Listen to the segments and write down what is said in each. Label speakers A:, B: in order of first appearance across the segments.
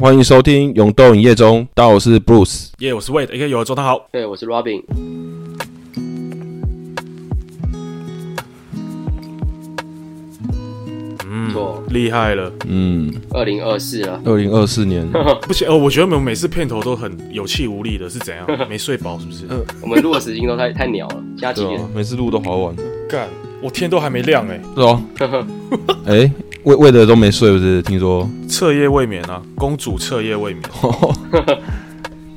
A: 欢迎收听《勇斗影业中》，大家好，我是 Bruce。
B: 耶、我是 Wade，一个有周汤豪。
C: 对，我是 Robin。
B: 嗯
C: 错，
B: 厉害了。
A: 嗯，
C: 二零二四啊了，
A: 二零二四年，
B: 不行，呃，我觉得我们每次片头都很有气无力的，是怎 样？没睡饱是不是？
C: 我们录的时间都太太鸟了，现在几
A: 对
C: 点
A: 啊？，
B: 哦
A: 每次录都好晚，
B: 干、我天都还没亮哎、
A: 对啊。哎，为为的都没睡，不是？听说，
B: 彻夜未眠啊，公主彻夜未眠。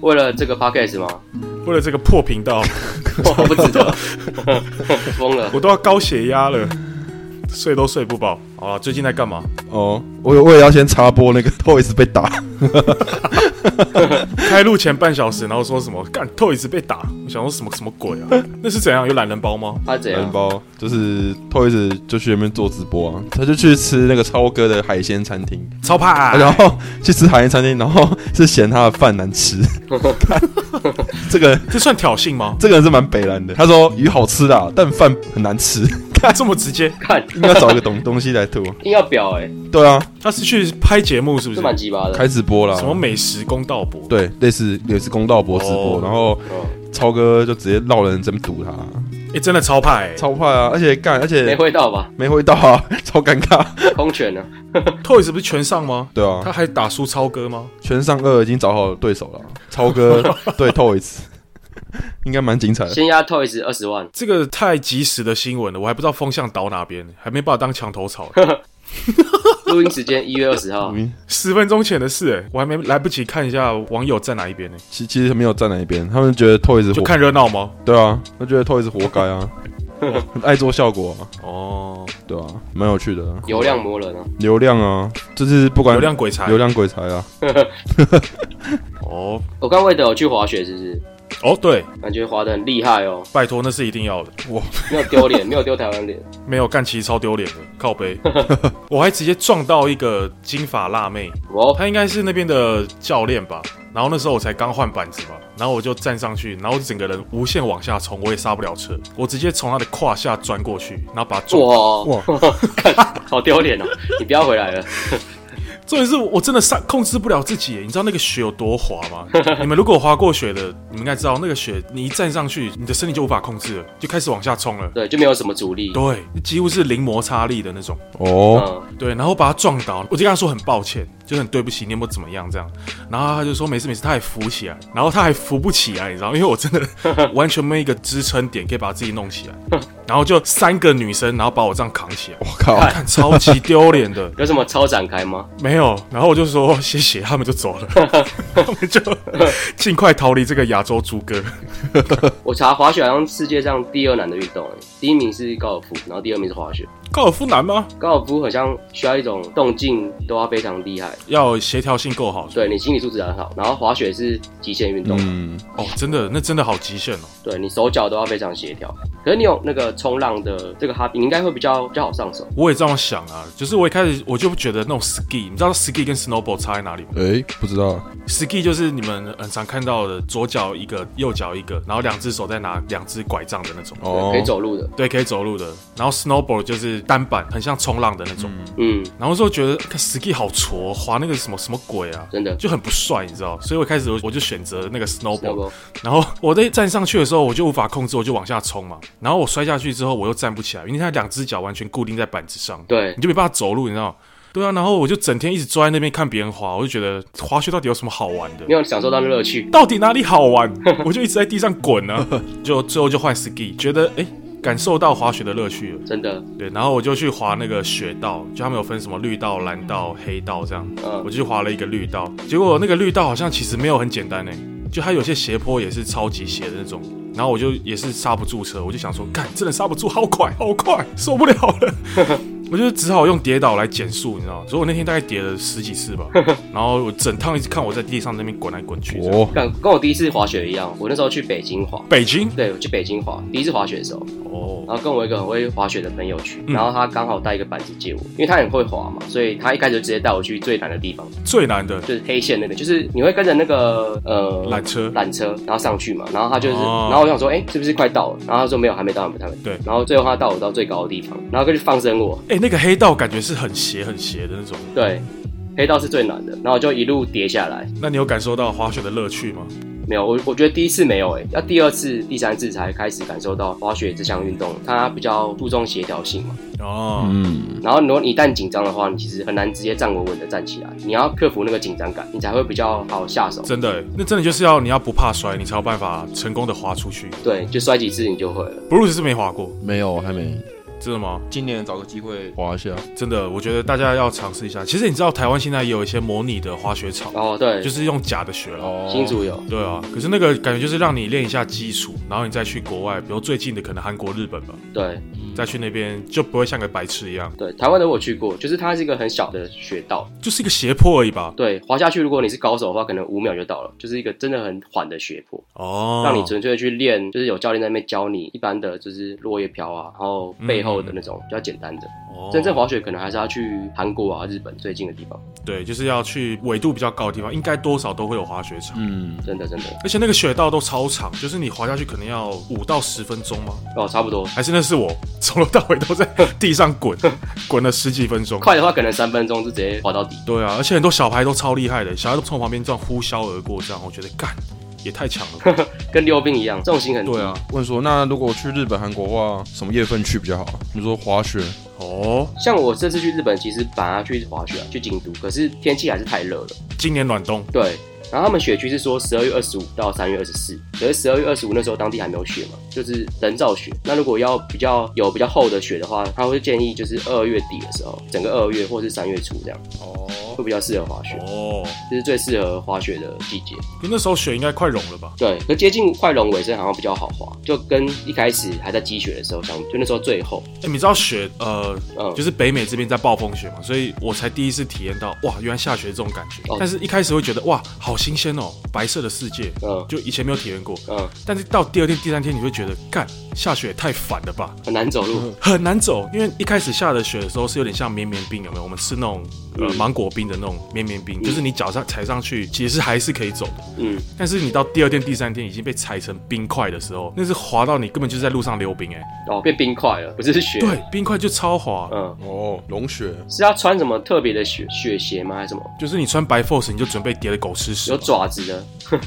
C: 为了这个 podcast 吗？
B: 为了这个破频道，
C: 我不值得， 疯了。
B: 我都要高血压了，睡都睡不饱。好了，最近在干嘛？
A: 哦，我我也要先插播那个 Toys 被打，
B: 开录前半小时，然后说什么干 Toys 被打，我想说什么什么鬼 啊？那是怎样？有懒人包吗？
C: 他怎
A: 人
C: 样？
A: 包就是 Toys 就去那边做直播啊，他就去吃那个超哥的海鲜餐厅，
B: 超怕、啊
A: 然后去吃海鲜餐厅，然后是嫌他的饭难吃， 这个
B: 这算挑衅 吗？
A: 这个人是蛮北蓝的，他说鱼好吃啦，但饭很难吃，
B: 这么直接？
C: 看，
A: 应该找一个东东西来吐。
C: 硬要表哎、
A: 对啊，
B: 他是去拍节目是不是
C: 这？蛮鸡巴的。
A: 开直播啦，
B: 什么美食公道博？
A: 对，类似类似公道博直播，
B: 哦
A: 然后
C: 哦，
A: 超哥就直接绕人真堵他，
B: 哎、真的超怕哎、
A: 超怕啊！而且干，而
C: 没
A: 且
C: 会到吧？
A: 没挥到啊， 超尴尬。
C: 空拳啊呢？
B: Toys 不是全上吗？
A: 对
B: 他
A: 啊，
B: 还打输超哥吗？
A: 全上二已经找好对手了，超 哥对 Toys，应该蛮精彩的。
C: 先压 Toys 二十万，
B: 这个太及时的新闻了，我还不知道风向倒哪边，还没把我当墙 头草。
C: 录音时间一月二十号
B: 啊
A: 录。音
B: 十分钟前的事、哎，我还没来不及看一下网友站哪一边呢、
A: 其其实没有站哪一边，他们觉得 Toys
B: 就
A: 活，
B: 看热闹吗？
A: 对啊，他觉得 Toys 活该 啊，很爱做效果啊，
B: 哦，
A: 对啊，蛮有趣的啊。
C: 流量魔人啊，
A: 流量啊，就是不管
B: 流量鬼才。
A: 流量鬼才啊，
B: 哦
C: 我刚为的有去滑雪，是不是？
B: 哦，对，
C: 感觉滑得很厉害哦，
B: 拜托，那是一定要的。
C: 没有丢脸，没有丢台湾脸，
B: 没有干，其实超丢脸的，靠背。我还直接撞到一个金发辣妹，
C: 哦，
B: 她应该是那边的教练吧。然后那时候我才刚换板子吧，然后我就站上去，然后整个人无限往下冲，我也刹不了车，我直接从她的胯下钻过去，然后把她撞倒
C: 哇，
A: 哇，
C: 好丢脸哦！你不要回来了，
B: 重点是我真的刹控制不了自己耶，你知道那个雪有多滑吗？ 你们如果滑过雪的，你们应该知道那个雪，你一站上去，你的身体就无法控制了，就开始往下冲了。
C: 对，就没有什么阻力。
B: 对，几乎是零摩擦力的那种。
A: 哦，
C: 嗯，
B: 对，然后把他撞倒，我就跟他说很抱歉，就是很对不起，你有没有怎么样这样？然后他就说没事没事，他还扶起来，然后他还扶不起来，你知道吗，因为我真的完全没有一个支撑点可以把自己弄起来，然后就三个女生，然后把我这样扛起来，
A: 我靠，
B: 看超级丢脸的。
C: 有什么超展开吗？
B: 没有，然后我就说谢谢，他们就走了，他们就尽快逃离这个亚洲猪哥。
C: 我查滑雪好像世界上第二难的运动，欸第一名是高尔夫，然后第二名是滑雪。
B: 高尔夫难吗？
C: 高尔夫好像需要一种动静都要非常厉害，
B: 要协调性够好。
C: 对你心理素质很好。然后滑雪是极限运动，
A: 嗯，
B: 哦，真的，那真的好极限哦。
C: 对你手脚都要非常协调。可是你有那个冲浪的这个哈，你应该会比较比较好上手。
B: 我也这样想啊，就是我一开始我就觉得那种 ski，你知道 ski 跟 snowboard 差在哪里吗
A: 哎，不知道，
B: ？ski 就是你们很常看到的左脚一个，右脚一个，然后两只手在拿两只拐杖的那种。
C: 对
A: 哦，
C: 可以走路的，
B: 对，可以走路的。然后 snowboard 就是单板，很像冲浪的那种。
C: 嗯，
B: 然后就觉得看 ski 好挫，滑那个什么什么鬼啊，
C: 真
A: 哦
C: 的。
B: 就很不帅，你知道？所以我一开始我我就选择那个 snowboard，
C: 不
B: 然后我在站上去的时候，我就无法控制，我就往下冲嘛。然后我摔下去之后，我又站不起来，因为它两只脚完全固定在板子上，
C: 对
B: 你，就没办法走路，你知道？对啊，然后我就整天一直坐在那边看别人滑，我就觉得滑雪到底有什么好玩的
C: 没？有享受到那乐趣。
B: 到底哪里好玩？我就一直在地上滚啊，就最后就换 ski，觉得诶感受到滑雪的乐趣了。
C: 真的，
B: 对，然后我就去滑那个雪道，就他们有分什么绿道、蓝道、黑道这样，
C: 嗯
B: 我就去滑了一个绿道，结果那个绿道好像其实没有很简单呢，欸就它有些斜坡也是超级斜的那种。然后我就也是刹不住车，我就想说，干，真的刹不住，好快，好快，受不了了。我就只好用跌倒来减速，你知道吗？所以我那天大概跌了十几次吧，然后我整趟一直看我在地上那边滚来滚去这样。
A: 哦，
C: 跟跟我第一次滑雪一样，我那时候去北京滑，
B: 北京
C: 对我去北京滑，第一次滑雪的时候，
B: 哦，
C: 然后跟我一个很会滑雪的朋友去，
B: 嗯
C: 然后他刚好带一个板子借我，因为他很会滑嘛，所以他一开始就直接带我去最难的地方，
B: 最难的
C: 就是黑线那个，就是你会跟着那个呃
B: 缆车
C: 缆车，然后上去嘛，然后他就是，
B: 哦
C: 然后我想说，哎、是不是快到了？然后他说没有，还没到，还没到，还没到
B: 对
C: 然后最后他带我到最高的地方，然后他就放生我，
B: 哎、那个黑道感觉是很斜很斜的那种。
C: 对，黑道是最难的，然后我就一路跌下来，
B: 那你有感受到滑雪的乐趣吗？
C: 没有，我我觉得第一次没有、哎，要第二次、第三次才开始感受到滑雪这项运动，它比较注重协调性嘛。
B: 哦，
A: 嗯，
C: 然后如果你一旦紧张的话，你其实很难直接站稳稳的站起来，你要克服那个紧张感，你才会比较好下手。
B: 真的欸，那真的就是要你要不怕摔，你才有办法成功的滑出去。
C: 对，就摔几次你就会了。
B: Bruce 是没滑过，
A: 没有，还没。
B: 真的吗？
A: 今年找个机会滑一啊下，
B: 真的，我觉得大家要尝试一下。其实你知道台湾现在也有一些模拟的滑雪场，
C: 哦，对，
B: 就是是用假的雪了。
A: 哦，
C: 新竹有，
B: 对啊，可是那个感觉就是让你练一下基础，然后你再去国外，比如最近的可能韩国、日本吧，
C: 对
B: 再去那边就不会像个白痴一样，
C: 对，台湾的我有去过，就是它是一个很小的雪道，
B: 就是一个斜坡而已吧。
C: 对，滑下去如果你是高手的话，可能五秒就到了，就是一个真的很缓的斜坡。
B: 哦，
C: 让你纯粹去练，就是有教练在那边教你一般的就是落叶飘啊，然后背
B: 嗯
C: 后的那种比较简单的。
B: 哦
C: 真正滑雪可能还是要去韩国啊、日本最近的地方，
B: 哦对，就是要去纬度比较高的地方，应该多少都会有滑雪场。
A: 嗯，
C: 真的真的
B: 而且那个雪道都超长，就是你滑下去可能要五到十分钟吗？
C: 哦，差不多。
B: 还是那是我从头到尾都在地上滚， 滚了十几分钟。
C: 快的话可能三分钟就直接滑到底，
B: 对啊，而且很多小孩都超厉害的，小孩都从旁边这样呼啸而过，这样我觉得干也太强了 吧。
C: 跟溜冰一样，重心很低。
B: 对啊，
A: 问说，那如果去日本、韩国的话，什么月份去比较好？啊你说滑雪，
B: 哦，
C: 像我这次去日本，其实本来要去滑雪、啊，去京都，可是天气还是太热了。
B: 今年暖冬
C: 对，然后他们雪区是说十二月二十五到三月二十四，可是十二月二十五那时候当地还没有雪嘛，就是人造雪。那如果要比较有比较厚的雪的话，他会建议就是二月底的时候，整个二月或是三月初这样，
A: 哦，
C: 会比较适合滑雪，
B: 哦，
C: 这是最适合滑雪的季节。
B: 可那时候雪应该快融了吧？
C: 对，可接近快龙尾声好像比较好滑，就跟一开始还在积雪的时候相比，就那时候最厚。
B: 哎、你知道雪呃，
C: 嗯，
B: 就是北美这边在暴风雪嘛，所以我才第一次体验到哇，原来下雪这种感觉
C: 哦。
B: 但是一开始会觉得哇，好新鲜哦，白色的世界，
C: 嗯
B: 就以前没有体验过。
C: 嗯，
B: 但是到第二天、第三天，你会觉得，干下雪也太烦了吧，
C: 很难走路。
B: 很难走。因为一开始下的雪的时候是有点像绵绵冰，有没有？我们吃那种呃
C: 嗯
B: 芒果冰的那种绵绵冰，就是你脚上踩上去，其实还是可以走的。
C: 嗯，
B: 但是你到第二天、第三天已经被踩成冰块的时候，那是滑到你根本就是在路上溜冰哎、
C: 哦，变冰块了，不是雪。
B: 对，冰块就超滑。
C: 嗯，
A: 哦，融雪，
C: 是要穿什么特别的雪雪鞋吗？还是什么？
B: 就是你穿白 force，你就准备跌的狗吃屎
C: 有
B: 了。
C: 爪子的？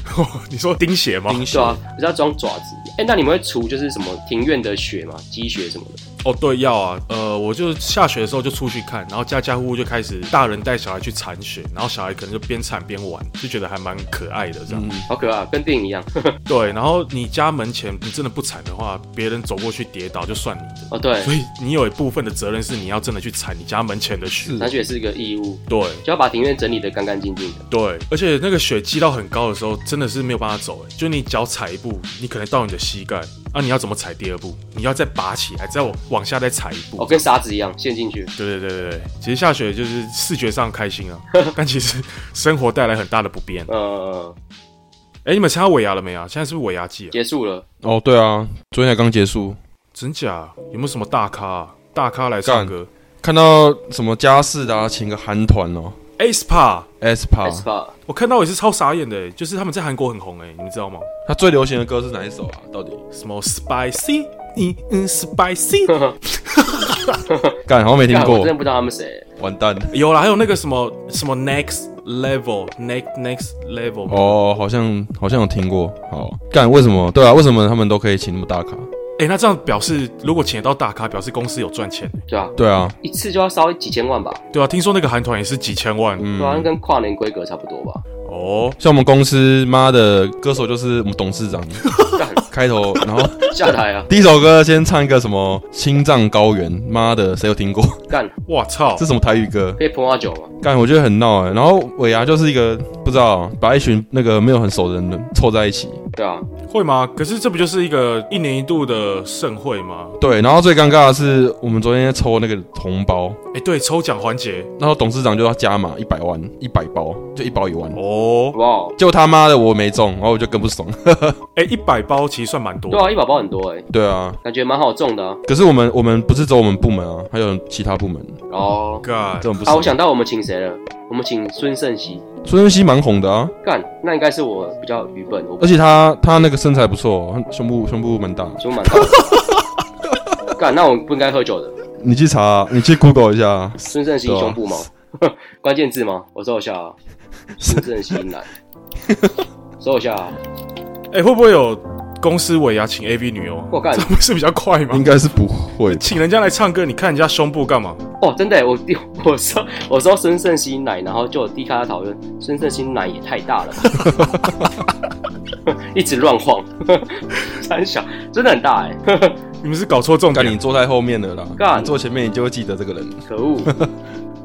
B: 你说钉鞋吗？
C: 对啊，不是要装爪子。哎、那你们会除就是什么庭院的雪吗？积雪什么的？
B: 哦，对，要啊。呃，我就下雪的时候就出去看，然后家家户户就开始大人带小孩去铲雪，然后小孩可能就边铲边玩，就觉得还蛮可爱的这样。
C: 好可爱，跟电影一样。
B: 对，然后你家门前你真的不铲的话，别人走过去跌倒就算你的。
C: 哦，对，
B: 所以你有一部分的责任是你要真的去铲你家门前的雪。
A: 是
C: 铲雪是一个义务，
B: 对
C: 就要把庭院整理的干干净净的。
B: 对，而且那个雪积到很高的时候，真的是没有办法走哎，就你脚踩一步，你可能到你的膝盖，啊，你要怎么踩第二步？你要再拔起来，再往往下再踩一步。
C: 哦，跟沙子一样陷进去。
B: 对对对对对，其实下雪就是视觉上开心啊， 但其实生活带来很大的不便。
C: 呃，
B: 哎，你们参加尾牙了没啊？现在是不是尾牙季啊？
C: 结束了。
A: 哦，对啊，昨天才刚结束，
B: 真假？有没有什么大咖、啊？大咖来唱歌
A: 看到什么家事的、啊，请个韩团哦
B: ？aespa，
A: ，aespa，
C: SPA
B: 我看到也是超傻眼的，就是他们在韩国很红哎，你们知道吗？
A: 他最流行的歌是哪一首啊？到底？
B: 什么 spicy，嗯嗯 spicy，
A: 干，好像没听
C: 干我
A: 过
C: 真，的不知道他们谁。
A: 完蛋。
B: 有啦，还有那个什么什么 next level，next next level，、
A: 哦，好像好像有听过。好，干，为什么？对啊，为什么他们都可以请那么大咖？
B: 哎、那这样表示如果请得到大咖，表示公司有赚钱，
C: 对啊，
A: 对啊，
C: 一次就要烧几千万吧？
B: 对啊，听说那个韩团也是几千万、
A: 嗯
C: 对啊，跟跨年规格差不多吧？
B: 哦。
A: 像我们公司，妈的，歌手就是我们董事长，开头，然后
C: 下台啊，
A: 第一首歌先唱一个什么青藏高原，妈的谁有听过？
C: 干
B: 我操
A: 这，什么台语歌？
C: 可以碰阿九吗？
A: 干，我觉得很闹哎、然后尾牙就是一个不知道把一群那个没有很熟的人凑在一起，
C: 对啊，
B: 会吗？可是这不就是一个一年一度的盛会吗？
A: 对。然后最尴尬的是，我们昨天抽那个红包，
B: 哎、对，抽奖环节
A: 然后董事长就要加码一百万，一百包，就一包一万。
B: 哦，
C: 哇，
A: 就他妈的我没中，然后我就更不爽。
B: 哎、一百包其实算蛮多
C: 对
B: 的。
C: 啊，一百包很多哎、
A: 对啊，
C: 感觉蛮好中的啊。
A: 可是我们我们不是走我们部门啊，还有其他部门，
C: 然后
B: God，
A: 这种不
C: 哎啊，我
A: 是。
C: 想到我们请谁了？我们请孙胜熙。
A: 孙妍希蛮红的啊，
C: 干，那应该是我比较愚笨，我
A: 而且她她那个身材不错哦，胸部胸部蛮大。
C: 说蛮大的。干，那我不应该喝酒的。
A: 你去查，你去 Google 一下，
C: 孙胜熙
A: 对啊
C: 胸部毛， 关键字吗？我搜一下啊。孙胜熙 男，搜一下啊。
B: 哎、会不会有公司尾牙请 AV 女优啊？
C: 我干
B: 这不是比较快吗
A: 应？该是不会。
B: 请人家来唱歌，你看人家胸部干嘛？
C: 哦，真的耶，我我搜我搜孙胜熙奶，然后就有低咖讨论，孙胜熙奶也太大了吧， 一直乱晃，三小真的很大哎，
B: 你们是搞错重
A: 干
B: 点。
A: 你坐在后面的啦，
C: 干
A: 你坐前面你就会记得这个人。
C: 可恶，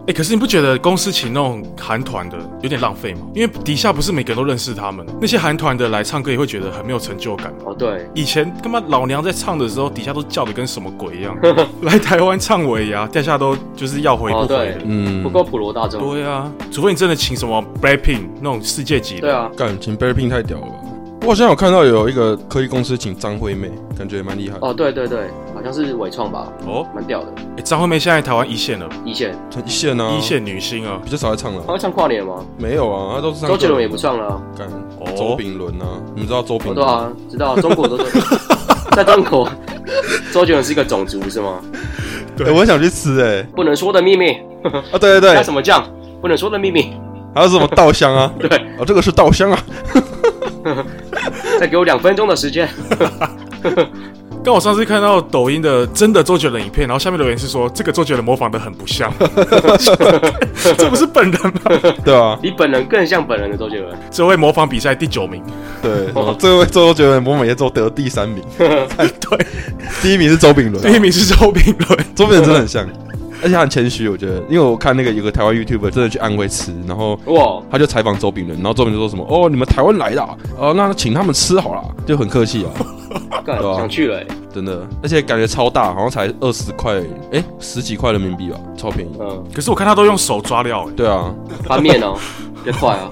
B: 哎、可是你不觉得公司请那种韩团的有点浪费吗？因为底下不是每个人都认识他们，那些韩团的来唱歌也会觉得很没有成就感。
C: 哦对，
B: 以前他妈老娘在唱的时候，底下都叫的跟什么鬼一 样。来台湾唱尾牙，底下都就是要回不回的。
C: 哦
A: 嗯
C: 不，够普罗大众，
B: 对啊，除非你真的请什么 Blackpink 那种世界级的。
C: 对，啊，
A: 感情 b e r r p i n 太屌了吧？我好像有看到有一个科技公司请张惠妹，感觉也蛮厉害。
C: 哦对对对，好像是伪创吧，
B: 哦，
C: 蛮屌的，
B: 诶张惠妹现在台湾一线了，
C: 一线，
A: 陈一线啊，
C: 嗯
B: 一线女星啊。
A: 比较少在唱了、
C: 他会唱跨年吗？
A: 没有啊，他都是唱
C: 周杰伦也不
A: 唱。
C: 唱了啊，
A: 干
B: 哦
A: 周炳伦啊，你们知道周炳伦？
C: 哦对啊，知道中国都在中国，周杰伦是一个种族是吗？啊
A: 欸我很想去吃哎、
C: 不能说的秘密，
A: 啊，对对对
C: 那，什么酱？不能说的秘密，
A: 还有什么稻香啊？
C: 对，
A: 哦，这个是稻香啊。
C: 再给我两分钟的时间。
B: 但我上次看到抖音的真的周杰伦影片，然后下面留言是说这个周杰伦模仿的很不 像，这不是本人吗？
A: 对啊，
C: 你本人更像本人的周杰伦，
B: 这位模仿比赛第九名，
A: 对，什
C: 哦
A: 么这位周杰伦，我每一周得第三 名，
B: 对，
A: 第一名是周炳伦啊、
B: 第一名是周炳伦。
A: 周炳伦真的很像，而且他很谦虚，我觉得，因为我看那个有个台湾 YouTuber 真的去安徽吃，然后
C: 哇，
A: 他就采访周炳伦，然后周炳伦就说什么哦，你们台湾来的、啊，哦，那请他们吃好了，就很客气啊，
C: 干
A: 对啊
C: 想去了、欸，
A: 真的，而且感觉超大，好像才二十块，哎，十几块人民币吧，超便宜。
C: 嗯，
B: 可是我看他都用手抓料、欸，
A: 对啊，
C: 翻 面哦，别快啊，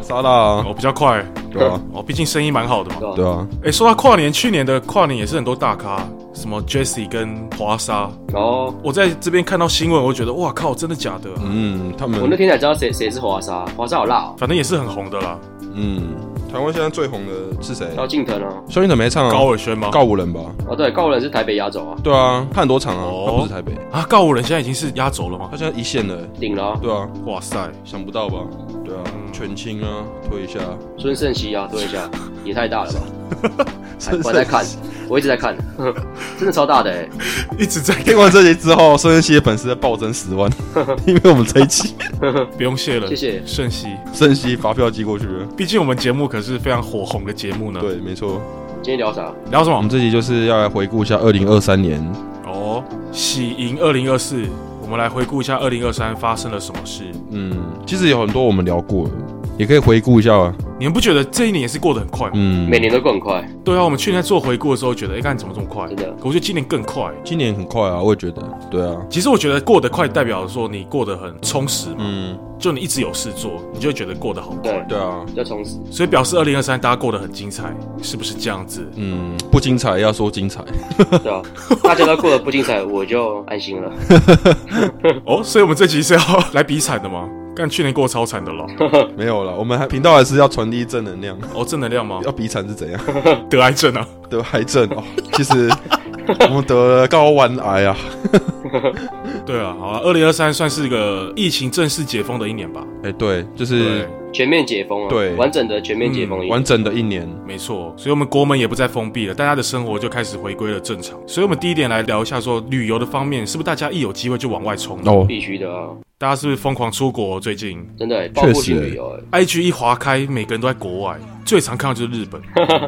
A: 沙拉啊，
B: 哦，比较快、
A: 对啊，
B: 哦，毕竟生意蛮好的嘛。
C: 对吧、
A: 对啊，
B: 哎、说到跨年，去年的跨年也是很多大咖，什么 Jesse 跟华莎，
C: 然后
B: 我在这边看到新闻，我就觉得哇靠，真的假的啊、
A: 嗯，他
C: 我那
A: 们，
C: 天才知道谁谁是华沙，华沙好辣哦，
B: 反正也是很红的啦。
A: 嗯，台湾现在最红的是谁？
C: 萧敬腾哦，
A: 萧敬腾没唱
B: 高
A: 啊，
B: 尔宣吗？
A: 告五人吧？
C: 哦对，高人是台北压轴啊，
A: 对啊，他很多场啊，
B: 哦
A: 他不是台北，
B: 啊，告五人现在已经是压轴了吗
A: 他？现在一线了，
C: 顶了、啊，
A: 对啊，
B: 哇塞，
A: 想不到吧？对啊，全清啊，推一下，
C: 孙胜熙啊，对一下，也太大了吧，哎我在看，我一直在看， 真的超大的、欸，
B: 一直在
A: 听完这集之后，孙燕熙的粉丝在暴增十万， 因为我们这一期
B: 不用谢了，
C: 谢谢
B: 盛熙。
A: 盛熙发票寄过去了。
B: 毕竟我们节目可是非常火红的节目呢。，
A: 对，没错，
C: 今天聊啥？
B: 聊什
A: 我
B: 么
A: 们？这集就是要来回顾一下二零二三年，
B: 哦，喜迎二零二四，我们来回顾一下二零二三发生了什么事。
A: 嗯，其实有很多我们聊过了，也可以回顾一下啊，
B: 你们不觉得这一年也是过得很快吗？
A: 嗯，
C: 每年都过很快，
B: 对啊，我们去年在做回顾的时候觉得，哎、看怎么这么快？
C: 真的
B: 可我觉得今年更快。
A: 今年很快啊，我也觉得，对啊，
B: 其实我觉得过得快，代表说你过得很充实嘛，
A: 嗯，
B: 就你一直有事做，你就会觉得过得好快。
C: 对，
A: 对啊，
C: 要充实，
B: 所以表示二零二三大家过得很精彩，是不是这样子？
A: 嗯，不精彩要说精彩，
C: 对啊，大家都过得不精彩，我就安心了，
A: 嗯
B: 哦，所以我们这集是要来比惨的吗？干去年过超惨的了。
A: 没有了，我们还频道还是要传递正能量，
B: 哦，正能 量吗？
A: 要比惨是怎样？
B: 得癌症啊？
A: 得癌症哦， 其实我们得了睾丸癌啊，
B: 啊对啊，好了，二零二三算是一个疫情正式解封的一年吧。
A: 哎、对，就是
C: 全面解封啊，
A: 对嗯
C: 完整的全面解封的意思、
A: 完整的一年。
B: 没错，所以我们国门也不再封闭了，大家的生活就开始回归了正常。所以，我们第一点来聊一下说旅游的方面，是不是大家一有机会就往外冲？
A: 哦，
C: 必须的啊，
B: 大家是不是疯狂出国？最近
C: 真的、欸、报复
A: 确
C: 性
A: 实欸
C: 旅游、欸，
B: IG 一划开，每个人都在国外，最常看到就是 日本。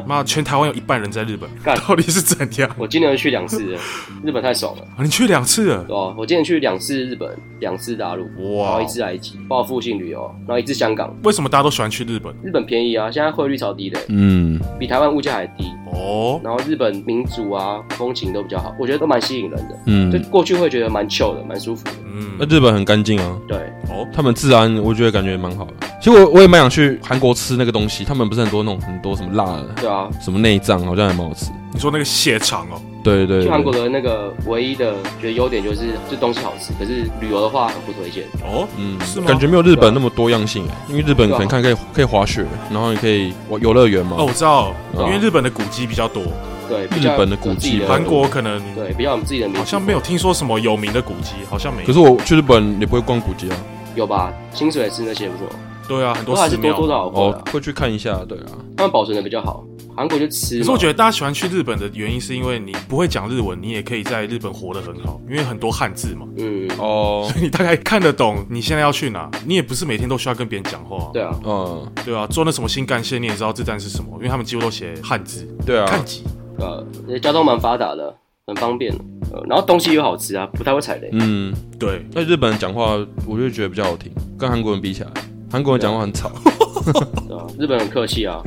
B: 妈，全台湾有一半人在日本，
C: 干
B: 到底是怎样？
C: 我今年去两次了，日本太爽了，
B: 啊你去两次了
C: 对，吧、我今年去两次日本，两次大陆，
B: 哇
C: 然后一次埃及，报复性旅游，然后一次香港。
B: 为什么大家都喜欢去日本？
C: 日本便宜啊，现在汇率超低的欸、
A: 嗯，
C: 比台湾物价还低。
B: 哦，
C: 然后日本民族啊，风情都比较好，我觉得都蛮吸引人的。
A: 嗯
C: 就过去会觉得蛮 chill 的，蛮舒服的。
B: 嗯
A: 那，日本很干净啊，
C: 对，
B: 哦，
A: 他们治安我觉得感觉蛮好的。其实我我也蛮想去韩国吃那个东西，他们不是很多那种很多什么辣的，
C: 对啊，
A: 什么内脏好像还蛮好吃。
B: 你说那个血肠哦，
A: 对对对
C: 去韩国
A: 对，
C: 的那个唯一的觉得优点就是这东西好吃，可是旅游的话很不推荐。
B: 哦，
A: 嗯
B: 是，吗？
A: 感觉没有日本那么多样性哎、
C: 啊
A: 因为日本可能看可以可以滑雪，然后你可以玩游乐园嘛。
B: 哦，我知道，
A: 对啊
B: 因为日本的古迹比较多，
C: 对，嗯比较
A: 日本的古迹
C: 有自己的
B: 韩国可能
C: 对比较我们自己的民族
B: 好像没有听说什么有名的古迹，好像没有。
A: 可是我去日本也不会逛古街啊，
C: 有吧？薪水也是那些不错，
B: 对啊，很
C: 不
B: 多
C: 过还
B: 寺
C: 是多
B: 庙。
C: 多少少会
A: 哦
C: 啊，
A: 会去看一下，对啊，
C: 他们保存的比较好。韩国就吃嘛，
B: 可是我觉得大家喜欢去日本的原因，是因为你不会讲日文，你也可以在日本活得很好，因为很多汉字嘛，
C: 嗯，
A: 哦，
B: 所以你大概看得懂你现在要去哪。你也不是每天都需要跟别人讲话、
C: 对啊，
A: 嗯，
B: 对啊，坐那什么新干线，你也知道这站是什么，因为他们几乎都写汉字。
A: 对啊，
B: 看几
C: 呃，交通蛮发达的，很方便。呃，然后东西又好吃啊，不太会踩雷。
A: 嗯，
B: 对，
A: 那日本人讲话我就觉得比较好听，跟韩国人比起来，韩国人讲话很吵，
B: 嗯
C: 对啊，日本很客气啊，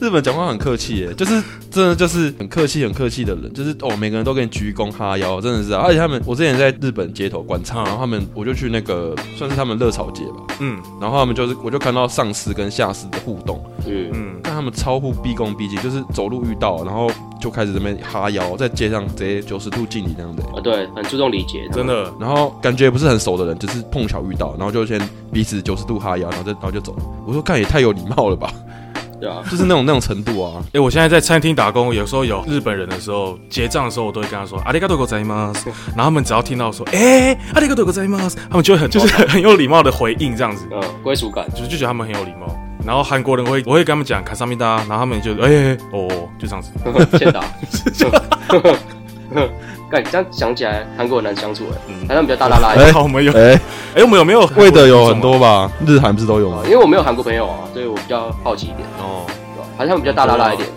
A: 日本讲话很客气，哎，就是真的就是很客气很客气的人，就是哦，每个人都给你鞠躬哈腰，真的是啊。而且他们，我之前在日本街头观察，
B: 嗯
A: 然后他们我就去那个算是他们热炒街吧，
B: 嗯
A: 然后他们就是我就看到上司跟下司的互动，
C: 嗯，
B: 嗯，
A: 但他们超乎毕恭毕敬，就是走路遇到，然后就开始这边哈腰，在街上直接九十度敬礼那样的。
C: 啊，对，很注重礼节，
B: 真的
A: 然后感觉也不是很熟的人，只是碰巧遇到，然后就先彼此九十度哈腰，然后就然后就走。我说看也太有礼貌了吧，
C: 他们，对啊，
A: 就是那种那种程度啊。
B: 哎、我现在在餐厅打工，有时候有日本人的时候，结账的时候，我都会跟他说“阿里嘎多ございます”，然后他们只要听到说“哎、阿里嘎多ございます”，他们就会很就是很有礼貌的回应这样子，
C: 嗯，归属感，
B: 就是就觉得他们很有礼貌。然后韩国人会我会跟他们讲“卡萨米达”，然后他们就哎、欸、哦就这样子，
C: 欠打。 干，这样想起来，韩国很难相处哎，
B: 嗯
C: 好像比较大拉拉一
A: 哎
B: 然后我们有哎、
A: 哎、
B: 我们有没有
A: 为的有很多吧， 日韩不是都有吗
C: 啊，？因为我没有韩国朋友啊，所以我比较好奇一点，
B: 哦，
C: 对吧？好像比较大拉拉一点，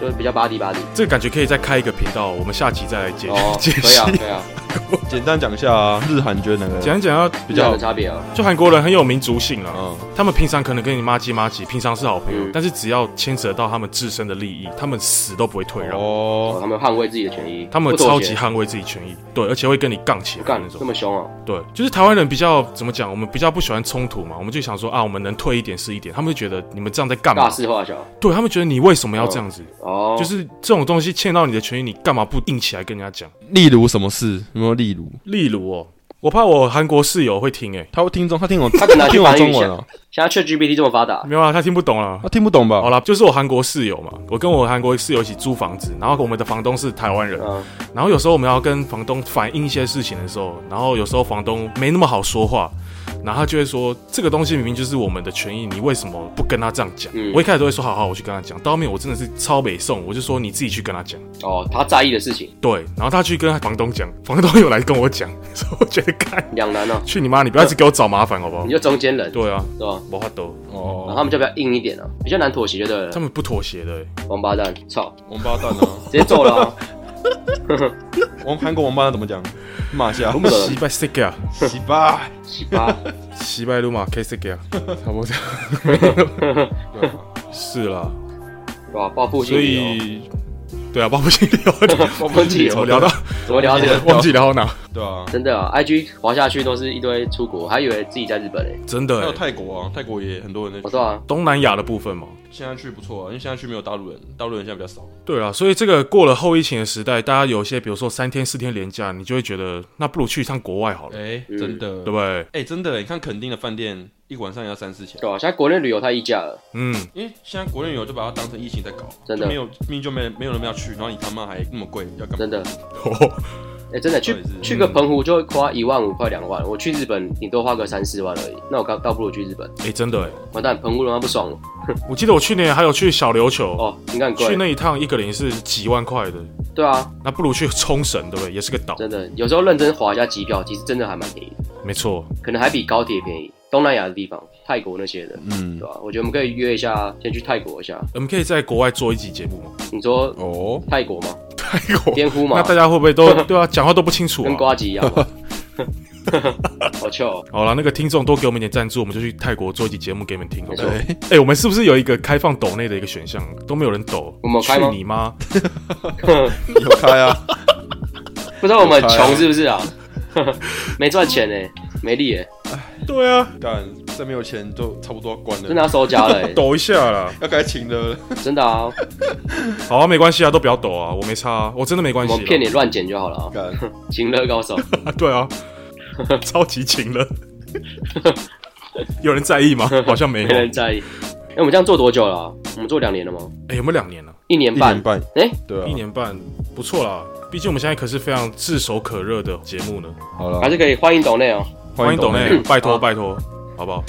C: 就是比较巴迪巴迪。
B: 这个感觉可以再开一个频道，我们下集再来解
C: 哦，
B: 解
C: 可以
B: 析
C: 啊，。可以啊，
A: 简单讲一下啊，日韩觉得哪个
B: 讲一讲啊，
A: 比较
C: 有差别啊，
B: 就韩国人很有民族性了。
A: 嗯
B: 他们平常可能跟你妈鸡妈鸡，平常是好朋友，
C: 嗯
B: 但是只要牵扯到他们自身的利益，他们死都不会退让，
C: 哦
A: 哦
C: 他们捍卫自己的权益，
B: 他们
C: 不妥
B: 超
C: 协
B: 级捍卫自己权益，对，而且会跟你杠起来
C: 干
B: 那种
C: 这。么凶啊！
B: 对，就是台湾人比较怎么讲，我们比较不喜欢冲突嘛，我们就想说啊，我们能退一点是一点，他们就觉得你们这样在干
C: 大
B: 嘛？
C: 事化小
B: 对他们觉得你为什么要这样子？
C: 哦，
B: 就是这种东西欠到你的权益，你干嘛不硬起来跟人家讲？
A: 例如什么事？有没有例如？
B: 例如哦，我怕我韩国室友会听欸诶、
A: 他会听中，他听懂，
C: 他可能要去
A: 听懂
C: 翻译
A: 中
C: 一下
A: 文啊，
C: 现在 ChatGPT 这么发达，
B: 没有啊，他听不懂啊
A: 他。听不懂吧
B: 好？啦，就是我韩国室友嘛，我跟我韩国室友一起租房子，然后我们的房东是台湾人，
C: 嗯，
B: 然后有时候我们要跟房东反映一些事情的时候，然后有时候房东没那么好说话，然后他就会说这个东西明明就是我们的权益，你为什么不跟他这样讲？
C: 嗯
B: 我一开始都会说好好，我去跟他讲。到后面我真的是超北宋，我就说你自己去跟他讲。
C: 哦，他在意的事情
B: 对，然后他去跟房东讲，房东又来跟我讲， 所以我觉得干
C: 两难啊，
B: 去你妈！你不要一直给我找麻烦好不好
C: 你？就中间人，
B: 对啊，
C: 对吧？
B: 我话都
C: 然后
A: 哦，
C: 他们就比较硬一点啊，比较难妥协就对
B: 他
C: 了。
B: 们不妥协的欸、
C: 王八蛋，操，
A: 王八蛋啊！
C: 直接揍了啊，
A: 王韩国王八蛋怎么讲？马下
C: 不得
B: 西拜塞给啊，
A: 洗吧。
C: 奇葩，
B: 西拜路马 K 塞给啊，差不多这样。
A: 对啊
B: 是啦，
C: 对吧？报复性
B: 所
C: 哦旅游，
B: 以对啊，报复性旅游，
C: 报复性旅
B: 怎么
C: 游，
B: 聊到
C: 哦 怎么聊到这个？
B: 忘记聊到哪？
A: 对啊，
C: 真的啊，IG 滑下去都是一堆出国，还以为自己在日本嘞。
B: 真
A: 还
B: 的
A: 有
B: 欸，
A: 泰国啊，泰国也很多人在
C: 我
A: 去
C: 说啊，
B: 东南亚的部分嘛。
A: 现在去不错啊，因为现在去没有大陆人，大陆人现在比较少。
B: 对啊，所以这个过了后疫情的时代，大家有一些比如说三天四天连假，你就会觉得那不如去一趟国外好了，
A: 哎，
C: 嗯
A: 真的，
B: 对不对？
A: 哎，真的，你看垦丁的饭店一晚上也要三四千，
C: 对吧？啊现在国内旅游太溢价了，
B: 嗯，
A: 因为现在国内旅游就把它当成疫情在搞，
C: 真的
A: 就没有命就没没有人要去，然后你他妈还那么贵，要干嘛？
C: 真的。
B: 哦
C: 哎、真的去
A: 到底是
C: 去个澎湖就会花一万五快两万，我去日本顶多花个三四万而已，那我刚倒不如去日本。
B: 哎、真的哎、
C: 完蛋，澎湖人他不爽了
B: 我记得我去年还有去小琉球，
C: 哦，应该很
B: 去
C: 贵。
B: 那一趟一个人也是几万块的，
C: 对啊，
B: 那不如去冲绳，对不对？也是个岛，
C: 真的有时候认真划一下机票，其实真的还蛮便宜的，
B: 没错。
C: 可能还比高铁便宜。东南亚的地方，泰国那些的，
A: 嗯
C: 对，吧、我觉得我们可以约一下，先去泰国一下。
B: 我们可以在国外做一集节目吗？
C: 你说
A: 哦，
C: 泰国吗？
B: 泰国，
C: 边呼
B: 那
C: 嘛
B: 大，家会不会都对啊？讲话都不清楚、
C: 跟
B: 啊。
C: 瓜吉一样嘛。好糗、哦，
B: 好了，那个听众多给我们一点赞助，我们就去泰国做一集节目给你们听，好不好？
C: 没
A: 对，
B: 哎、我们是不是有一个开放抖内的一个选项？都没有人抖，
C: 我们有开
B: 去
C: 吗
B: 你妈！
A: 有开啊，
C: 不知道我们很穷是不是啊？没赚钱呢、没力耶、
B: 对啊，
A: 干再没有钱就差不多要关
C: 真的
A: 了，
C: 要收家了、欸，
B: 抖一下啦。
A: 要该请的了。
C: 真的啊，
B: 好啊，没关系啊，都不要抖啊，我没差、啊，我真的没关
C: 我
B: 系啦。
C: 们骗你乱剪就好了啊。
A: 干
C: 情乐高手，
B: 啊，对啊，超级勤了。有人在意吗？好像没
C: 没
B: 有。
C: 人在意。哎、我们这样做多久了啊、我们做两年了吗？
B: 哎、有没有两年了、
C: 一年
A: 一
C: 半
A: 年。半，
C: 哎
A: 对啊，
B: 一年半，不错啦。毕竟我们现在可是非常炙手可热的节目呢。
A: 好了，
C: 还是可以欢迎抖内哦。
B: 欢迎
A: 抖
B: 抖内，拜托拜托，好不好？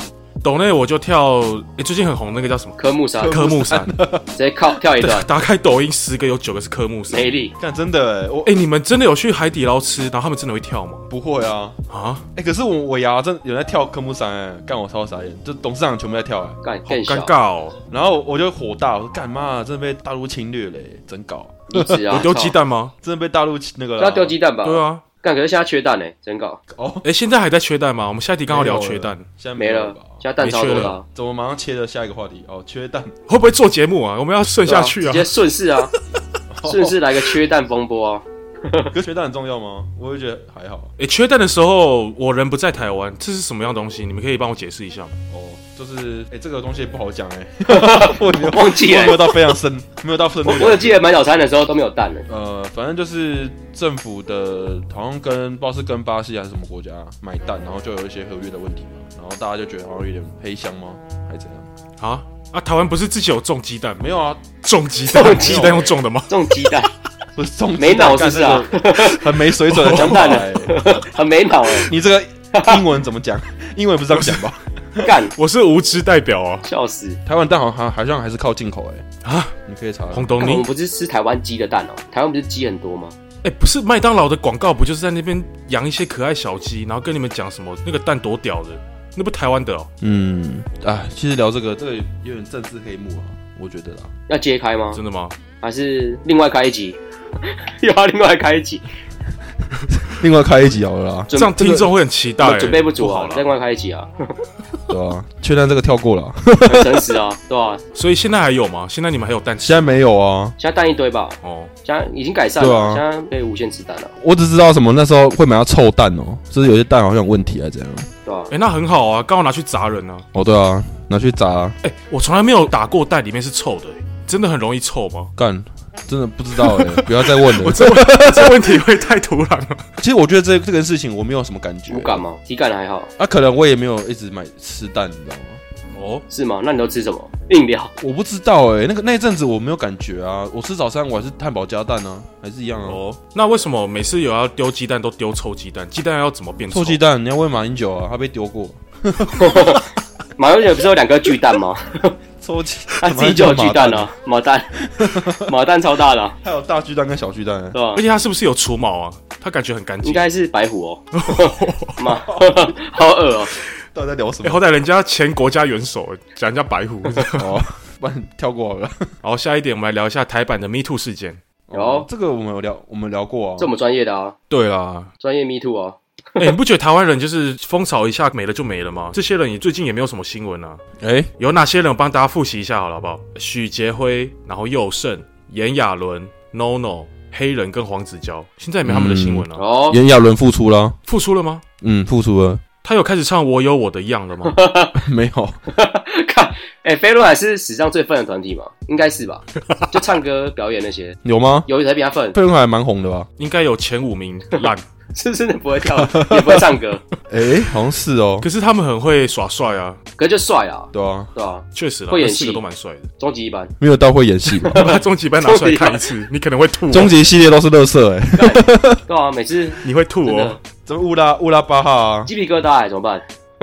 B: 抖内我就跳，哎，最近很红那个叫什么？
C: 科目三，
B: 科目三，
C: 直接靠跳一
B: 对
C: 段，，
B: 打开抖音十个有九个是科目三。
C: 啊没力。
A: 干真的哎，我
B: 哎，你们真的有去海底捞吃，然后他们真的会跳吗？
A: 不会啊，
B: 啊，
A: 哎，可是我我牙真有人在跳科目三哎，干我超傻眼，就董事长全部在跳哎，
C: 干
B: 好
C: 更小
B: 尴，尬哦！
A: 然后我就火大，我说干嘛，真的被大陆侵略嘞，真搞，
C: 离职啊！
B: 有丢鸡蛋吗？
A: 真的被大陆侵那个
C: 操，
A: 啦
C: 要丢鸡蛋吧？
B: 对。啊，
C: 干，可是现在缺蛋呢，真搞
A: 哦，
B: 哎，现在还在缺蛋吗？我们下一题刚好聊
A: 没有
B: 缺
A: 了
B: 蛋，
A: 现在
C: 没
A: 有
C: 了
A: 吧，
C: 现在蛋超多
B: 没缺
C: 的
B: 了
C: 啊。
A: 怎么马上切的下一个话题？哦，缺蛋，
B: 会不会做节目啊？我们要顺
C: 对啊
B: 下去
C: 直
B: 啊！
C: 接顺势 啊，顺势来个缺蛋风波啊！
A: 可是缺蛋很重要吗？我就觉得还好。
B: 哎，缺蛋的时候我人不在台湾，这是什么样的东西？你们可以帮我解释一下吗？
A: 哦，就是哎、这个东西不好讲哎、我也
C: 忘记了
A: 没有到非常深，没有到深
C: 我
A: 入
C: 我有
A: 了解。
C: 记得买早餐的时候都没有蛋呢。
A: 呃，反正就是政府的，好像跟不知道是跟巴西还是什么国家买蛋，然后就有一些合约的问题嘛，然后大家就觉得好像有点黑箱吗？还怎样？
B: 啊啊！台湾不是自己有种鸡蛋吗？
A: 没有啊，
B: 种鸡蛋，
C: 种鸡
B: 鸡
C: 蛋
B: 蛋用种的吗？
C: 这种鸡 蛋
A: 不是中
C: 没脑是不是啊？
A: 很没水准的讲法、哎
C: 很没脑哎，
A: 你这个英文怎么讲？英文不是这样讲吧？
C: 干
B: 我是无知代表啊
C: 笑死！
A: 台湾蛋好像好像还是靠进口哎、
B: 啊！
A: 你可以查。
B: 红豆
C: 干我
B: 泥
C: 们，不是吃台湾鸡的蛋哦，台湾不是鸡很多吗？
B: 哎、不是麦当劳的广告不就是在那边养一些可爱小鸡，然后跟你们讲什么那个蛋多屌的，那不台湾的哦。
A: 嗯，啊，其实聊这个，这个有点政治黑幕啊，我觉得啦。
C: 要揭开吗？
B: 真的吗？
C: 还是另外开一集？ 又要另外开一集？
A: 另外开一集好了 啦，
B: 这
C: 准
B: 样听众会很期待、
C: 我准备不足
B: 好
C: 啊，另
B: 了。
C: 外开一集啊，
A: 对吧、啊？确认这个跳过了，
C: 很诚实啊，对吧、
B: 所以现在还有吗？现在你们还有蛋吃
A: 现在没有啊。
C: 现在蛋一堆吧，
B: 哦？
C: 现在已经改善了，
A: 对啊
C: 现在可以无限吃蛋了，
A: 我只知道什么那时候会买到臭蛋哦，就是有些蛋好像有问题还是怎样。
C: 对吧、
B: 哎、那很好啊，刚好拿去砸人啊。
A: 哦，对啊，拿去炸
B: 哎、我从来没有打过蛋，里面是臭的、哎真的很容易臭吗？
A: 干，真的不知道哎、不要再问
B: 我
A: 了。
B: 这这问题会太突然了。
A: 其实我觉得这这个事情我没有什么感觉、
C: 无感吗？体感还好
A: 啊，可能我也没有一直买吃蛋，你知道吗？
B: 哦，
C: 是吗？那你都吃什么？硬料
A: 我不知道哎、那个那一阵子我没有感觉啊，我吃早餐我还是汉堡加蛋啊，还是一样啊。
B: 哦，那为什么每次有要丢鸡蛋都丢臭鸡蛋？鸡蛋要怎么变
A: 臭
B: 臭？
A: 鸡蛋，你要问马英九啊，他被丢过。
C: 马友友不是有两颗巨蛋吗？
A: 臭 鸡，啊
C: 他自己就有巨蛋了、马蛋， 马蛋超大的、啊，
A: 还有大巨蛋跟小巨蛋、欸。
C: 对吧
B: 而、且它是不是有除毛啊？它感觉很干
C: 应
B: 净。哎、
C: 该是白虎哦，妈，好恶哦、
A: 到底在聊什
B: 好哎歹人家前国家元首讲人家白虎。
A: 哦，不然跳过好了。
B: 好，下一点我们来聊一下台版的 Me Too 事件。
C: 有
A: 哦这个我们 有聊，我们聊过啊。
C: 这么专业的啊，
B: 对啦，
C: 专业 me too 哦，
B: 哎、你不觉得台湾人就是风潮一下没了就没了吗？这些人也最近也没有什么新闻啊。
A: 哎、
B: 有哪些人？我帮大家复习一下好了，好不好？许杰辉，然后佑胜、炎亚纶、NONO、黑人跟黄子佼，现在也没他们的新闻了、
C: 哦，
A: 炎亚纶复出了，
B: 复出了吗？
A: 嗯，复出了，
B: 他有开始唱《我有我的样》了吗？
A: 没有，
C: 看，哎、飞轮海是史上最愤的团体嘛，应该是吧？就唱歌表演那些，
A: 有吗？
C: 有谁比他愤？
A: 费伦还蛮红的吧？
B: 应该有前五名烂。
C: 是真的不会跳，也不会唱歌，
A: 哎、好像是哦，
B: 可是他们很会耍帅啊，
C: 可是就帅啊，
A: 对啊，
C: 对啊，
B: 确实啦，
C: 会演
B: 那四
C: 戏
B: 个都蛮帅的。
C: 终极一班，
A: 没有到会演戏吧？
B: 把终极班拿出来看一次，你可能会吐、哦。
A: 终极系列都是乐色哎，
C: 对啊，每次
B: 你会吐
C: 真
B: 哦
C: 的。
A: 怎么乌拉乌拉巴哈、啊？
C: 鸡皮疙瘩、欸，怎么办？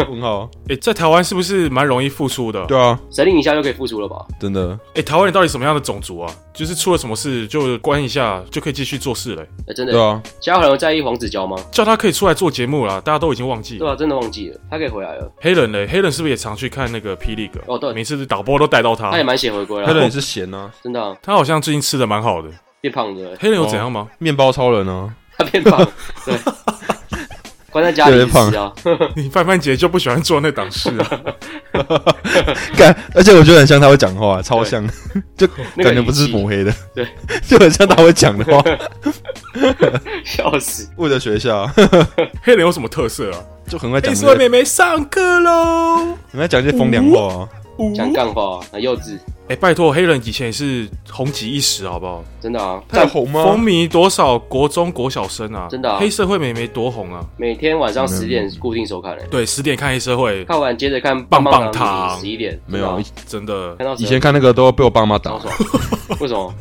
A: 问号？
B: 诶，在台湾是不是蛮容易付出的？
A: 啊对啊，
C: 神灵一下就可以复出了吧？
A: 真的，
B: 诶，台湾人到底什么样的种族啊？就是出了什么事就关一下就可以继续做事嘞、
C: 哎、真的
A: 对，啊，嗯
C: 现在还有人在意黄子佼吗？
B: 叫他可以出来做节目啦，大家都已经忘记
C: 对
B: 了。
C: 啊，真的忘记了，他可以回来了，
B: 黑人嘞，黑人是不是也常去看那个霹雳哥？
C: 哦对
B: 每次导播都带到
A: 啊
B: 他
C: 他。也蛮血回归
A: 黑人也
C: 了，
A: 是闲啊，
C: 真的、啊、
B: 他好像最近吃的蛮好的。
C: 变胖的、欸，
B: 黑人有怎样吗？
A: 面包超人啊，
C: 他变 胖，对，关在家里一直吃啊，
B: 你范范姐就不喜欢做那档事 啊？
A: 干，而且我觉得很像他会讲话，超 像，就
C: 那个
A: 感觉不
C: 语
A: 是
C: 气
A: 抹黑的，
C: 对，
A: 就很像他会讲的话。
C: 笑死！
A: 为了学校，
B: 黑人有什么特色啊？
A: 就很爱讲
B: 黑
A: 这
B: 色
A: 些，
B: 妹妹上课喽！
A: 很爱讲这些风凉话啊。
B: 呜
C: 讲干话、很幼稚，
B: 哎、拜托，黑人以前也是红极一时，好不好？
C: 真的啊，
A: 他有红吗？
B: 风靡多少国中、国小生啊？
C: 真的啊
B: 黑社会美眉多红啊！
C: 每天晚上十点固定收看嘞、
B: 对，十点看黑社会，
C: 看完接着看
B: 棒棒
C: 棒糖
B: 糖
C: 十一点，
A: 没有，以
C: 真的
B: 真的
C: 啊看到
A: 以前看那个都被我爸妈打
C: 超，爽， 为什么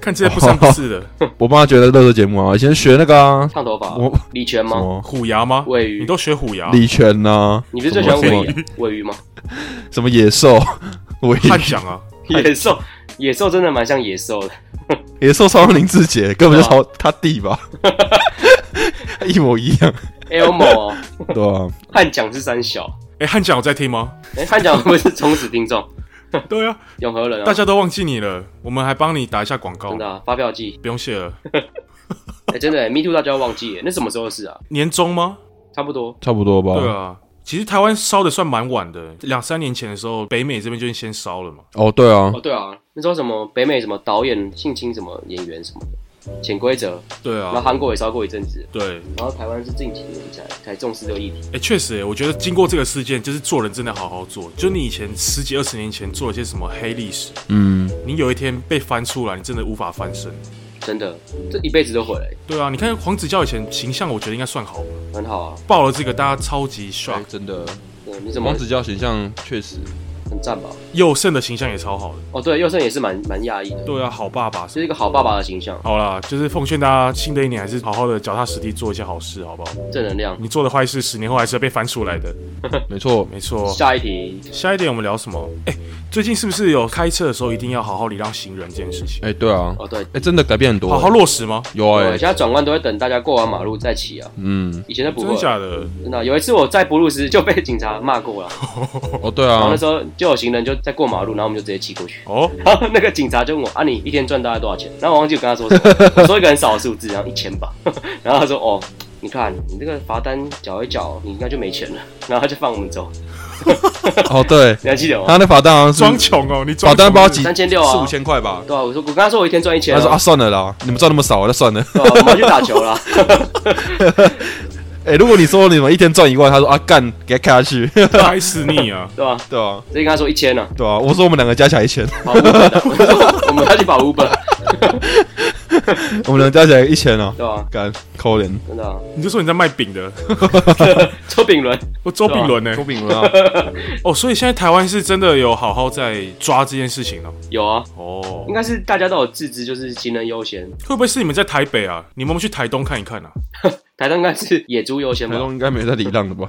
B: 看这些不三不四 的
A: 我爸妈觉得乐色节目啊，以前学那个啊，
C: 烫头发
A: 我？
C: 李泉
A: 什
C: 吗？
A: 么啊
B: 虎牙吗？
C: 尾鱼
B: 你都学虎牙？
A: 李泉呐，
C: 你不是最喜欢
A: 什么
C: 尾鱼尾鱼吗？
A: 什么野兽，我
B: 汉讲啊，
C: 野兽，野兽真的蛮像野兽 的，
A: 野兽超像林志杰，根本就
C: 对
A: 超他弟 吧，一模一样，
C: Elmo 哦
A: 对啊吧？
C: 汉奖是三小，
B: 哎、汉讲有在听 吗？
C: 哎、汉奖会不会是忠实听众，
B: 对啊，
C: 永和人啊
B: 大，家都忘记你了，我们还帮你打一下广告
C: 真，的、啊、发票季，
B: 不用谢了。
C: 哎、真的、欸、，Me Too 大家忘记、欸，那什么时候的事啊？
B: 年终吗？
C: 差不多，
A: 差不多
B: 对
A: 吧？
B: 啊，其实台湾烧的算蛮晚的，两三年前的时候，北美这边就已经先烧了嘛。
A: 哦，对啊，
C: 哦对啊，那时候什么北美什么导演性侵什么演员什么的，潜规则，
B: 对
C: 然后
B: 啊，
C: 韩国也烧过一阵子，
B: 对，
C: 然后台湾是近几年才才重视这个议题，
B: 哎、确实、欸，我觉得经过这个事件，就是做人真的好好做。就你以前十几二十年前做了些什么黑历史，
A: 嗯，
B: 你有一天被翻出来，你真的无法翻身。
C: 真的，这一辈子都回来，
B: 对啊，你看黄子佼以前形象，我觉得应该算好吧。
C: 很好啊，
B: 爆了这个，大家超级 shock，
A: 真的，
C: 对，你怎么
A: 王子教形象确实，
C: 很赞吧？
B: 佑胜的形象也超好的。
C: 哦对，佑胜也是蛮蛮讶异的，
B: 对啊，好爸爸。
C: 就是是一个好爸爸的形象，
B: 好啦，就是奉劝大家，新的一年还是好好的脚踏实地做一些好事，好不好？
C: 正能量。
B: 你做的坏事，十年后还是要被翻出来的。
A: 没错，
B: 没错。
C: 下一题，
B: 下一点我们聊什么？哎、最近是不是有开车的时候一定要好好礼让行人这件事情？
A: 哎，对啊，
C: 哦对，
A: 哎，真的改变很多，
B: 好好落实吗？
A: 有
C: 对，
A: 哎
C: 现，在转弯都会等大家过完马路再骑啊，
A: 嗯，
C: 以前都不
B: 真
C: 会
B: 的，假的？
C: 真的啊有一次我在布鲁斯就被警察骂过了，
A: 哦，对
C: 然后
A: 啊
C: 那，时候就有行人就在过马路，然后我们就直接骑过去。
B: 哦，
C: 然后那个警察就问我啊，你一天赚大概多少钱？然后我忘记我跟他说 什么，我说一个很少的数字，然后一千吧。 然后他说哦，你看你这个罚单缴一缴，你应该就没钱了。 然后他就放我们走，
A: 哦，对，
C: 你还记得吗？
A: 他那罚单好像
B: 装
A: 是
B: 穷哦，你装
A: 罚单
B: 穷
A: 包
B: 是
A: 几
C: 三千六啊
A: 四五千块吧。
C: 对啊，我说我跟他说我一天赚一千、
A: 他说啊，
C: 啊，
A: 算了啦，你们赚那么少，那算了。
C: 对啊，我们要去打球啦。
A: 哎，如果你说你们一天赚一万，他说啊，干，给他开下去，
B: 不是拍死你啊！
C: 对吧、
A: 对啊，
C: 直接跟他说一千呢、
A: 对啊，我说我们两个加起来一千，
C: 啊，跑五本的，我说 我们要去跑五本，
A: 我们两个加起来一千啊，
C: 对吧、
A: 干，扣脸，
C: 真的、啊，
B: 你就说你在卖饼的，
C: 周炳伦，
B: 我周炳伦呢？
A: 周炳伦啊，
B: 哦，所以现在台湾是真的有好好在抓这件事情了。
C: 有啊，
B: 哦
C: 应，该是大家都有自知，就是行人优先。
B: 会不会是你们在台北啊？你们有没有去台东看一看啊？
C: 台东应该是野猪优先
A: 台
C: 吧？
A: 东应该没在礼让的吧？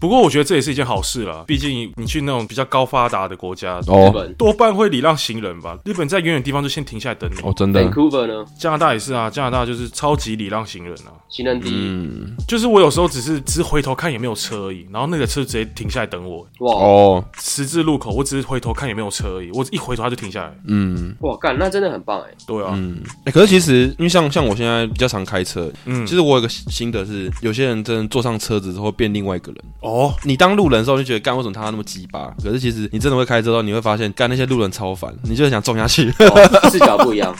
B: 不过我觉得这也是一件好事啦，毕竟你去那种比较高发达的国家，
C: 日
A: 哦
C: 本、
B: 多半会礼让行人吧。日本在远远地方就先停下来等你，
A: 哦，真的，
C: Vancouver 呢，
B: 加拿大也是啊，加拿大就是超级礼让行人啊。
C: 行人第一。
A: 嗯，
B: 就是我有时候只是只回头看有没有车而已，然后那个车直接停下来等我。
C: 哇
A: 哦，
B: 十字路口，我只是回头看有没有车而已，我一回头他就停下来。
A: 嗯
C: 哇，干，那真的很棒哎。
B: 对啊，
A: 嗯，哎，可是其实因为像像我现在比较常开车，
B: 嗯，
A: 其实我有个心得是，有些人真的坐上车子之后变另外一个人，
B: 哦，
A: 你当路人的时候，你就觉得干为什么他那么鸡巴？可是其实你真的会开车之后，你会发现干那些路人超烦，你就想撞下去，
C: 哦视角不一样，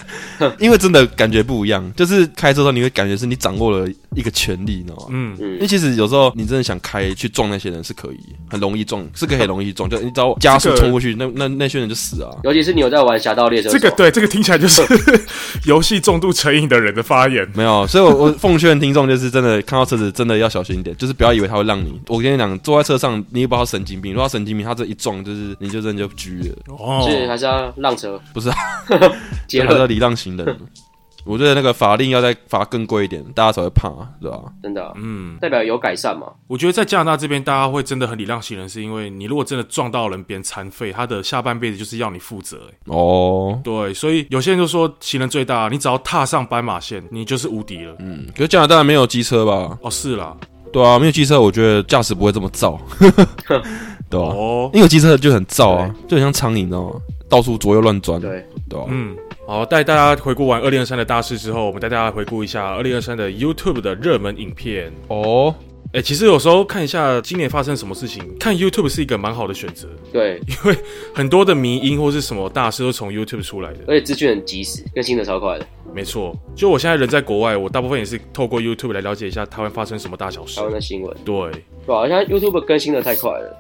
A: 因为真的感觉不一样。就是开车的时候，你会感觉是你掌握了一个权利，你知道吗？
B: 嗯，
A: 因为其实有时候你真的想开去撞那些人是可以，很容易撞，是可以很容易撞，就你只要加速冲过去，那那那些人就死啊。
C: 尤其是你有在玩《侠盗猎车手
B: 这》，个对，这个听起来就是 游戏重度成瘾的人的发言。
A: 没有，所以我我奉劝听众就是真的看到车子真的要小心一点，就是不要以为他会让你。我跟你讲，坐在车上你也不知道他神经病，如果他神经病，他这一撞就是你就真的就狙了。
B: 哦
C: 所，以还是要让车，
A: 不是啊
C: 结
A: 还是要
C: 论
A: 礼让行 人。我觉得那个法令要再罚更贵一点，大家才会怕，对吧？
C: 真的啊
B: 嗯，
C: 代表有改善嘛？
B: 我觉得在加拿大这边，大家会真的很礼让行人，是因为你如果真的撞到人，别人残废，他的下半辈子就是要你负责、欸。
A: 哦，
B: 对，所以有些人就说行人最大，你只要踏上斑马线，你就是无敌了。
A: 嗯，可是加拿大没有机车吧？
B: 哦，是啦，
A: 对啊，没有机车，我觉得驾驶不会这么燥， 对吧、
B: 哦，
A: 因为有机车就很燥啊，就很像苍蝇，你知道吗？到处左右乱钻，对
C: 对，
A: 吧、
B: 嗯，好，带大家回顾完二零二三的大事之后，我们带大家回顾一下二零二三的 YouTube 的热门影片。
A: 哦，
B: 哎、其实有时候看一下今年发生什么事情，看 YouTube 是一个蛮好的选择，
C: 对，
B: 因为很多的迷音或是什么大师都从 YouTube 出来的。
C: 而且资讯很及时，更新的超快的，
B: 没错，就我现在人在国外，我大部分也是透过 YouTube 来了解一下台湾发生什么大小事
C: 台。湾的新闻，
B: 对，
C: 对吧、现在 YouTube 更新的太快了，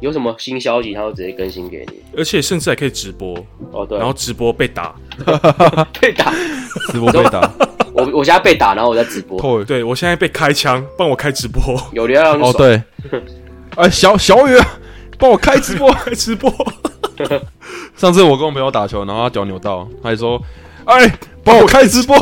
C: 有什么新消息，它会直接更新给你。
B: 而且甚至还可以直播，
C: 哦，对，
B: 然后直播被打。
C: 被打，
A: 直播被打，
C: 我我现在被打，然 后我在直播，
A: 透
B: 对我现在被开枪，帮我开直播，
C: 有流量
A: 哦
C: 爽，
A: 对， 哎小小雨啊，帮我开直播。
B: 开直播。
A: 上次我跟我朋友打球，然后他脚扭到，他还说，哎，帮我开直播。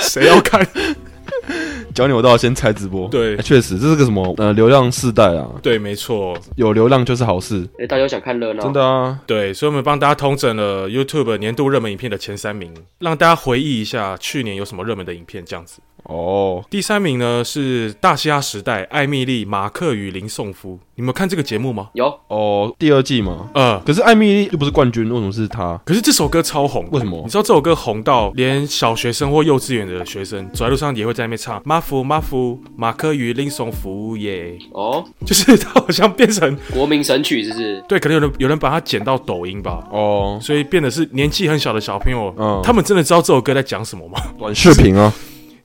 B: 谁要看？
A: 脚扭到先开直播，
B: 对
A: 哎确、实这是个什么呃流量世代啊，
B: 对，没错，
A: 有流量就是好事，
C: 哎大家都想看热闹，
A: 真的啊，
B: 对，所以我们帮大家统整了 YouTube 年度热门影片的前三名，让大家回忆一下去年有什么热门的影片，这样子。
A: 哦，
B: 第三名呢是《大西洋时代》艾米丽·马克与林颂夫，你们有看这个节目吗？
C: 有
A: 哦，第二季嘛，
B: 呃，
A: 可是艾米丽又不是冠军，为什么是她？
B: 可是这首歌超红，
A: 为什么
B: 你知道这首歌红到连小学生或幼稚园的学生走在路上也会在那边唱“马夫马夫马克与林颂夫耶
C: 哦，”，
B: 就是它好像变成
C: 国民神曲是不是？
B: 对，可能有人有人把它剪到抖音吧。
A: 哦，
B: 所以变得是年纪很小的小朋友，
A: 嗯
B: 他们真的知道这首歌在讲什么吗？
A: 短视频啊，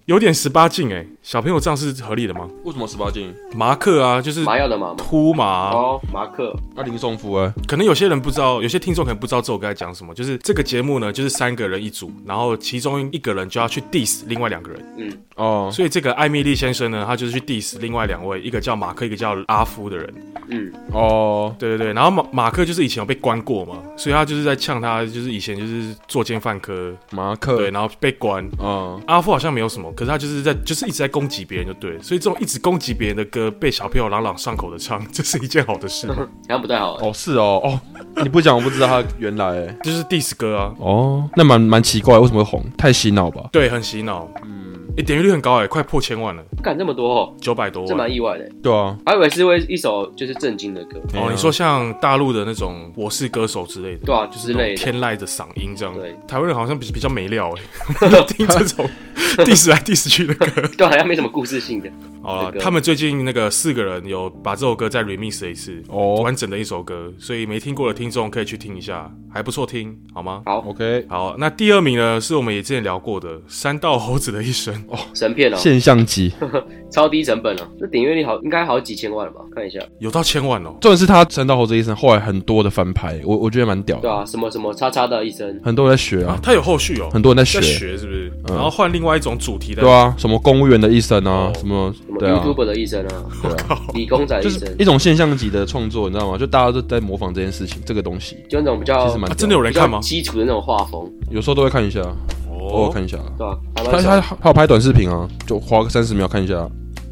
B: 有点十八禁哎、小朋友这样是合理的吗？
A: 为什么十八禁？
B: 麻克啊，就是
C: 麻药的麻嘛，
B: 秃麻啊、
C: 哦，马克，
A: 那林颂福哎，
B: 可能有些人不知道，有些听众可能不知道这首歌在讲什么。就是这个节目呢，就是三个人一组，然后其中一个人就要去 diss 另外两个人。
C: 嗯，
A: 哦，
B: 所以这个艾米丽先生呢，他就是去 diss 另外两位，一个叫马克，一个叫阿夫的人。
C: 嗯，
A: 哦，
B: 对对对，然后马马克就是以前有被关过嘛，所以他就是在呛他，就是以前就是作奸犯科，
A: 马
B: 对，
A: 克，
B: 然后被关。
A: 嗯，
B: 阿夫好像没有什么，可是他就是在就是一直在攻击别人就对了，所以这种一直攻击别人的歌被小朋友朗朗上口的唱， 这是一件好的 事吗，
C: 好像不太好，欸
A: 哦是哦，哦，你不讲我不知道他原来哎，
B: 就是 diss 歌啊，
A: 哦，那蛮蛮奇怪，为什么会红？太洗脑吧？
B: 对，很洗脑，嗯，诶、点阅率很高哎、快破千万了，
C: 干这么多哦，
B: 九百多
C: 这
B: 万
C: 蛮。意外的，欸
A: 对啊，
C: 还以为是会一首就是正经的歌，
B: 哦，你说像大陆的那种《我是歌手》之类的，
C: 对啊
B: 就
C: 之
B: 是那
C: 类
B: 种
C: 的
B: 天籁的嗓音这样。
C: 对
B: 台湾人好像比比较没料哎、我们都听这种 diss 来 diss 去的歌。
C: 对，啊好像没什么故事性的，
B: 好了
C: 这，个
B: 他们最近那个四个人有把这首歌再 remix 了一次，
A: 哦
B: 完整的一首歌，所以没听过的听众可以去听一下，还不错听，好吗？
C: 好，
A: ，OK，
B: 好，那第二名呢，是我们也之前聊过的《三道猴子的一生》哦，
C: 神片哦，
A: 现象级，
C: 超低成本哦，这点阅率好应该好几千万了吧？看一下，
B: 有到千万哦。
A: 重点是他陈道猴这一生后来很多的翻拍，我我觉得蛮屌
C: 对
A: 的，
C: 啊，什么什么叉叉的一生，
A: 很多人在学
B: 啊
A: 啊，，
B: 他有后续哦，
A: 很多人在学，
B: 在学是不是？然后换另外一种主题的，
A: 对啊，什么公务员的一生啊，
B: 哦
A: 什么
C: 什么
A: 对啊，
C: YouTube 的一生啊，
A: 对啊，
C: 理工仔的
A: 就
C: 一
A: 是
C: 生，
A: 一种现象级的创作，你知道吗？就大家都在模仿这件事情，这个东西
C: 就那种比
A: 其
C: 较
A: 实蛮
B: 啊
A: 屌
B: 真的有人
C: 比
B: 看
C: 较
B: 吗？哦
C: 基础的那种画风，
A: 有时候都会看一下，
C: 哦
A: 偶尔看一下。
C: 对吧？还
A: 他他
C: 蛮爽
A: 他有拍短视频啊，就花个三十秒看一 下，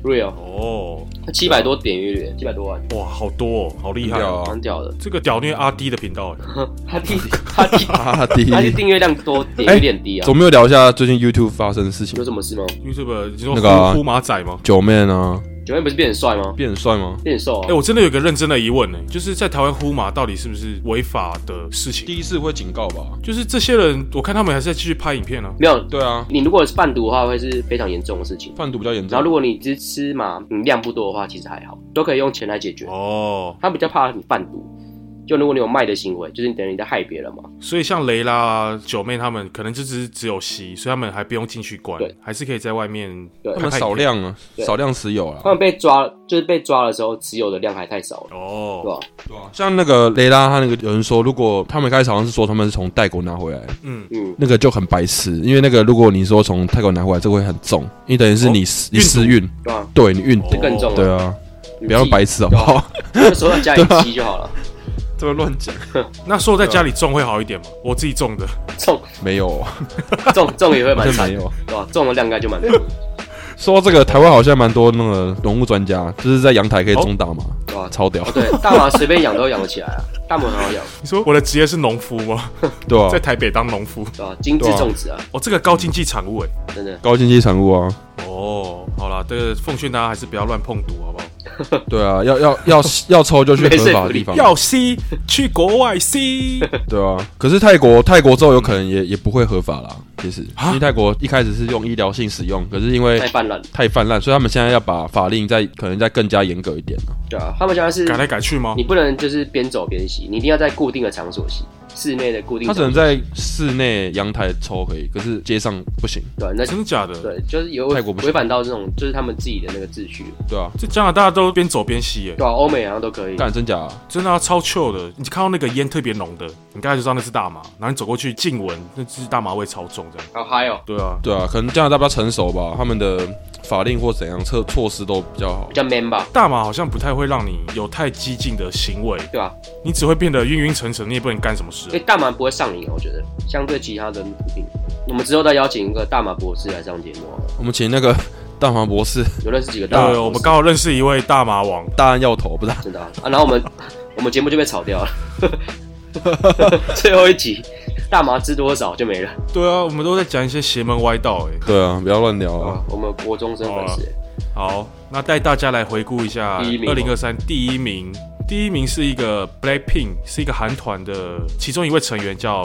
C: ，real，
B: 哦，
C: 七百多点阅率，七百多万，
B: 哇，好多哦，好厉害
A: 屌
B: 哦！
A: 啊
C: 蛮！屌的。
B: 这个屌虐阿 D 的频道，欸
C: 他第他第
A: 哈哈，啊第一
C: 他，是订阅量多，点阅有点低啊。
A: 总没有聊一下最近 YouTube 发生的事情
C: 有，什么事吗？
B: YouTube 你说
A: 那个啊
B: 呼呼马仔吗？
A: 九妹啊，
C: 九九妹不是变很帅吗？
A: 变很帅吗？
C: 变很瘦啊
B: 哎、！我真的有一个认真的疑问呢、就是在台湾呼马到底是不是违法的事情？
A: 第一次会警告吧？
B: 就是这些人，我看他们还是在继续拍影片啊。
C: 没有，
A: 对啊，
C: 你如果是贩毒的话，会是非常严重的事情。
A: 贩毒比较严
C: 然后
A: 重。
C: 如果你只吃嘛，你量不多的话，其实还好，都可以用钱来解决。
B: 哦，
C: 他比较怕你贩毒，就如果你有卖的行为，就是你等于你在害别人嘛。
B: 所以像雷拉、啊、九妹他们，可能就只是只有吸，所以他们还不用进去关
C: 对，
B: 还是可以在外面
C: 对
A: 他们
B: 拍拍影
A: 少
B: 片
A: 量啊，
C: 对啊
A: 少量持有啦
C: 他。们被抓，就是被抓的时候持有的量还太少了，对
B: 哦，
C: 吧？
A: 对啊，像那个雷拉，他那个有人说，如果他们一开始好像是说他们是从泰国拿回来，
B: 嗯，
C: 嗯，
A: 那个就很白痴，因为那个如果你说从泰国拿回来，这个会很重，因为等于是你
B: 哦
A: 私、你私运，
C: 对吧？
A: 对你运
B: 哦
A: 毒，
C: 更重
A: 对啊，
C: 你
A: 不要
C: 自己
A: 白痴好哦不？
C: 对吧啊
A: 好？
C: 就手在家里吸就好了，
A: 这么乱讲，
B: 那说在家里种会好一点吗？我自己种的，
C: 中
A: 没有，
C: 中中也会
A: 好
C: 蛮
A: 像
C: 惨
A: 啊没
C: 的，
A: 有。
C: 对吧？中的量应该就蛮多的，
A: 说到这个，台湾好像蛮多那个农务专家，就是在阳台可以种大麻，
C: 对吧？
A: 超屌
C: 哦，，对，大麻随便养都养得起来啊，大麻很好养，
B: 你说我的职业是农夫吗？
A: 对啊吧、
B: 在台北当农夫，
C: 对吧？精致
A: 对啊
C: 种植啊，
B: 哦，这个高经济产物哎、
A: 啊
C: 真的。
A: 高经济产物啊，
B: 哦，好啦，这个奉劝大家还是不要乱碰毒，好不好？
A: 对啊，要要要要抽就去
C: 没
A: 合
C: 说
A: 法
C: 服
A: 的
C: 力
A: 地方，
B: 要吸，去国外吸。
A: 对啊。可是泰国泰国之后有可能也也不会合法啦，其实，
B: 啊
A: 因为泰国一开始是用医疗性使用，可是因为
C: 太泛滥了，
A: 太泛滥，所以他们现在要把法令再可能再更加严格一点了。
C: 对啊，他们现在是
B: 改来改去吗
C: 你？不能就是边走边吸，你一定要在固定的场所吸，室内的固定
A: 他
C: 场
A: 只
C: 所，
A: 能在室内阳台抽可以，可是街上不行，
C: 对啊，那
B: 真的假的？
C: 对，就是有
A: 泰国不行
C: 违反到这种就是他们自己的那个秩序，
A: 对啊，
B: 这加拿大都边走边吸耶、
C: 对啊，欧美好像都可以，
A: 干真假啊、
B: 真的、啊、超 chill 的。你看到那个烟特别浓的，你刚才就知道那是大麻，然后你走过去近闻，那只大麻味超重，这样。
C: 好嗨哦，
B: 对啊，
A: 对啊，可能加拿大比较成熟吧，他们的法令或怎样措措施都比较好
C: 比。较 man 吧，
B: 大麻好像不太会让你有太激进的行为，
C: 对吧？
B: 你只会变得晕晕沉沉，你也不能干什么
C: 因为
B: 事。
C: 大麻不会上瘾啊，我觉得相对其他的毒品，我们之后再邀请一个大麻博士来上节目啊，
A: 我们请那个 蛋黄博士
C: 有认识几个大麻博
B: 对，
C: 士？
B: 我们刚好认识一位大麻王，
A: 大案要头，不是啊、
C: 真的啊，啊然后我们我们节目就被炒掉了， 最后一集大麻知多少就没了，
B: 对啊，我们都在讲一些邪门歪道、欸，
A: 对啊，不要乱聊啊
C: 啊。，我们国中生粉丝欸，
B: 好，那带大家来回顾一下
C: 第一名
B: 二零二三第一名。第一名是一个 Blackpink，是一个韩团的其中一位成员叫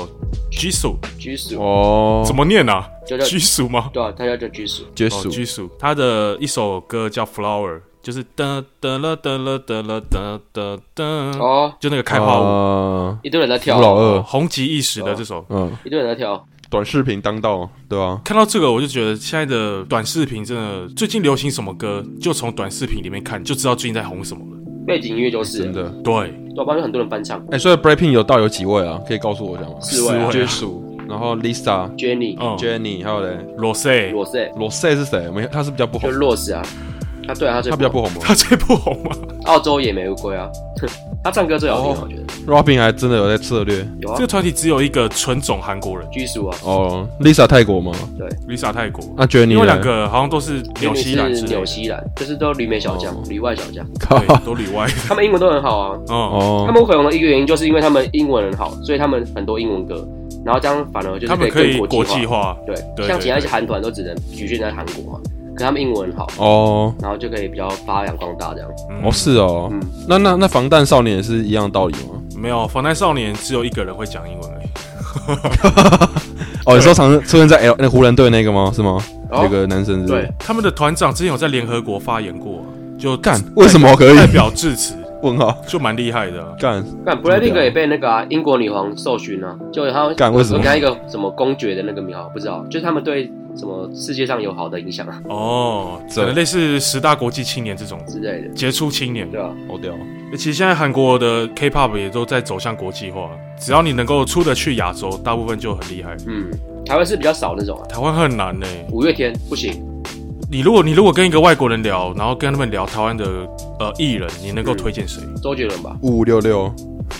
B: Jisoo，
C: 居属
A: 哦，
B: 怎么念啊
C: 就叫
B: ？Jisoo 吗？
C: 对啊，他叫叫居属，
A: 结
B: 哦
A: 束？
B: ，Jisoo，他的一首歌叫 Flower，就是噔噔了噔了噔了噔噔噔，
C: 哦，
B: 就那个开花舞，
A: 啊
C: 一堆人在跳
A: 吴老
C: 啊，
A: 二，
B: 红极一时的这首。
A: 嗯，
C: 一堆人在跳，
A: 短视频当道，对啊，
B: 看到这个，我就觉得现在的短视频真的，最近流行什么歌，就从短视频里面看，就知道最近在红什么了。
C: 背景音乐就是
A: 真
C: 了，
A: 的。
B: 对，
C: 对啊吧？有很多人翻唱
A: 哎、所以 Breaking 有到有几位啊？可以告诉我一下吗？
C: 四位啊
A: 结束，然后 Lisa、
C: ，Jenny、
B: 嗯
A: Jenny，还有嘞
B: 罗 s
C: 罗塞，
A: 罗塞是谁？没，他是比较不
C: 就
A: 红，
C: Rose 啊，他对啊，他最
A: 他比较不红吗
B: 他最不红吗？
C: 澳洲野玫瑰啊， 他唱歌最好听啊，
A: 哦
C: 我觉得
A: ？Robin 还真的有在策略
C: 有
B: 这个
C: 啊，
B: 团体只有一个纯种韩国人
C: 居属啊，
A: 哦。Lisa 泰国吗？
B: ，Lisa 泰国，
A: 那 Jenny
B: 另外
A: 啊呢
B: 两个好像都是纽西兰
C: Jenny
B: 之
C: 是
B: 类的
C: 纽西兰，就是都旅美小将
A: 哦、
C: 旅外小将，
A: 靠
B: 对，都里 外。
C: 他们英文都很好啊，
B: 嗯，
A: 哦
C: 他，们会红的一个原因，就是因为他们英文很好，所以他们很多英文歌，然后这样反而就
B: 他
C: 是
B: 们可
C: 可
B: 以
C: 以更
B: 国
C: 国
B: 际
C: 际化。
B: 化，
C: 对，
B: 对
C: 像其他一
B: 对
C: 些
B: 对
C: 韩团都只能局限在韩国嘛，可他们英文很好，
A: 哦，
C: 然后就可以比较发扬光大这样。
B: 嗯
A: 哦是哦
C: 嗯，
A: 那那那防弹少年也是一样的道理吗？
B: 没有防弹少年只有一个人会讲英文而已。
A: 哦，你说常出现在 L 那湖人队那个吗？是吗？
C: 哦
A: 那个男生是不是
C: 对，
B: 他们的团长之前有在联合国发言过，就
A: 干
B: 代
A: 为什么可以
B: 代表致辞，
A: 问号
B: 就蛮厉害的啊。
A: 干
C: 但
A: 么屌
C: Blackpink 也被那个啊英国女皇授勋啊，就他
A: 干为什么
C: 给他一个什么公爵的那个名号，不知道，就是他们对什么世界上有好的影响啊
B: 哦，
A: 这
B: 可能类似十大国际青年这种
C: 之类的，
B: 杰出青年。
C: 对吧、
A: 好屌
B: 其实现在韩国的 K-pop 也都在走向国际化，只要你能够出得去亚洲，大部分就很厉害。
C: 嗯，台湾是比较少那种啊。
B: 台湾很难呢、
C: 五月天不行，
B: 你如果你如果跟一个外国人聊，然后跟他们聊台湾的呃艺人，你能够推荐谁？
C: 周杰伦吧，
A: 五五六六，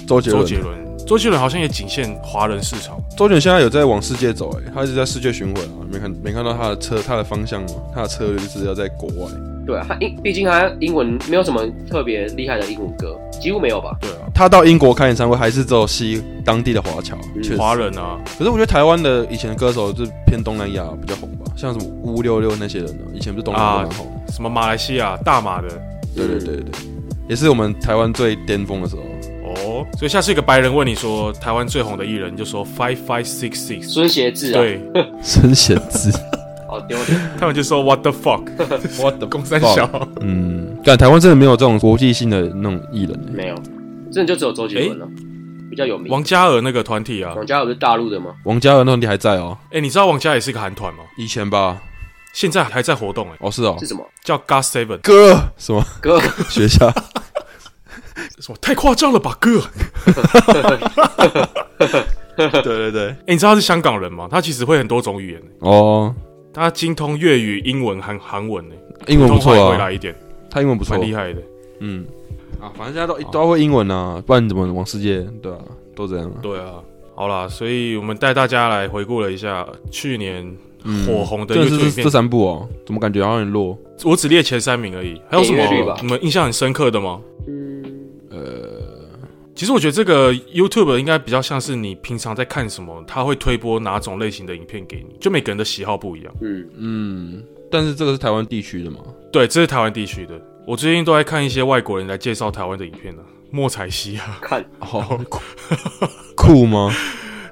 A: 周杰
B: 周
A: 伦，
B: 杰伦。周杰伦好像也仅限华人市场，
A: 周杰伦现在有在往世界走、欸，他一直在世界巡回啊，没看没看到他的车，他的方向吗？啊他的策略就是要在国外。
C: 对啊，他英毕竟他英文没有什么特别厉害的英文歌，几乎没有吧。
B: 对啊，
A: 他到英国开演唱会还是只有吸当地的华侨，确实
B: 华人啊，
A: 可是我觉得台湾的以前的歌手就是偏东南亚比较红吧，像什么乌六六那些人呢、以前不是东南亚
B: 啊
A: 蛮红，，
B: 什么马来西亚、大马的
A: 对对对对对，也是我们台湾最巅峰的时候。
B: 哦。所以下次一个白人问你说台湾最红的艺人，你就说 Five Five Six Six。
C: 孙协志啊，
B: 对，
A: 孙贤 志
C: 好丢 脸，
B: 他们就说 What the fuck，
A: ，What the
B: 公三小。
A: 嗯，但台湾真的没有这种国际性的那种艺人、欸，
C: 没有，真的就只有周杰伦了，比较有名。
B: 王嘉尔那个团体啊，
C: 王嘉尔不是大陆的吗？
A: 王嘉尔那种你还在哦？
B: 哎，你知道王嘉尔也是一个韩团吗？
A: 以前吧？
B: 现在还在活动哎，
A: 哦，是哦
C: 是，什么
B: 叫 God Seven。
A: 哥什么
C: 哥？
A: 学校？
B: 什么太夸张了吧哥？
A: 对对对，
B: 哎，你知道他是香港人吗？他其实会很多种语言欸，
A: 哦，
B: 他精通粤语、英文、韩韩文呢，
A: 英文不错
B: 普通话也会
A: 啊，
B: 来一点，
A: 他英文不错
B: 蛮，厉害的。
A: 嗯，啊，反正现在都都要会英文啊，不然怎么往世界？对啊，都这样啊。
B: 对啊，好啦，所以我们带大家来回顾了一下去年
A: 嗯
B: 火红的
A: 这
B: YouTube
A: 是
B: 影
A: 这
B: 片，
A: 三部哦，怎么感觉好像有点弱？
B: 我只列前三名而已。还有什
C: 点阅率吧
B: 么你们印象很深刻的吗？
C: 嗯，
B: 其实我觉得这个 YouTube 应该比较像是你平常在看什么，他会推播哪种类型的影片给你，就每个人的喜好不一样。
C: 嗯，
A: 嗯，但是这个是台湾地区的嘛？
B: 对，这是台湾地区的。我最近都在看一些外国人来介绍台湾的影片呢、啊莫彩西啊
C: 看
A: 哦，酷酷吗？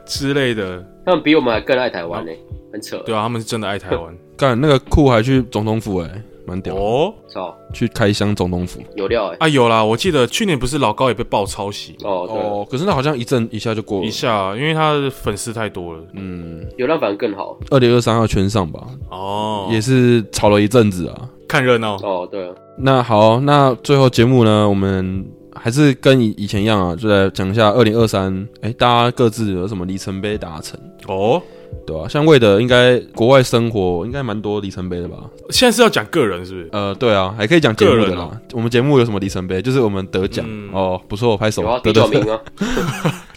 B: 之类的。
C: 他们比我们还更爱台湾呢，很扯，
B: 对啊，他们是真的爱台湾
A: 干那个酷还去总统府哎、蛮屌的，
B: 哦
C: 操，
A: 去开箱总统府。
C: 有料哎。
B: 啊，有啦，我记得去年不是老高也被爆抄袭
C: 哦，
A: 哦，可是那好像一阵一下就过了
B: 一。下，因为他的粉丝太多了
A: 嗯，
C: 对，流量反而更好。
A: 二零二三号圈上吧，
B: 哦，
A: 也是吵了一阵子啊。
B: 看热闹。
C: 哦，对啊，
A: 那好，那最后节目呢，我们还是跟以以前一样啊，就来讲一下二零二三，哎，大家各自有什么里程碑达成，
B: 哦，
A: 对吧、像魏德应该国外生活应该蛮多里程碑的吧？
B: 现在是要讲个人是不是？
A: 呃，对啊，还可以讲节目
B: 个
A: 的
B: 人
A: 啦。
B: 哦
A: 我们节目有什么里程碑？就是我们得奖、
B: 嗯
A: 哦，不错， 拍手
C: 有啊，，
A: 得
C: 第
A: 得
C: 九名啊，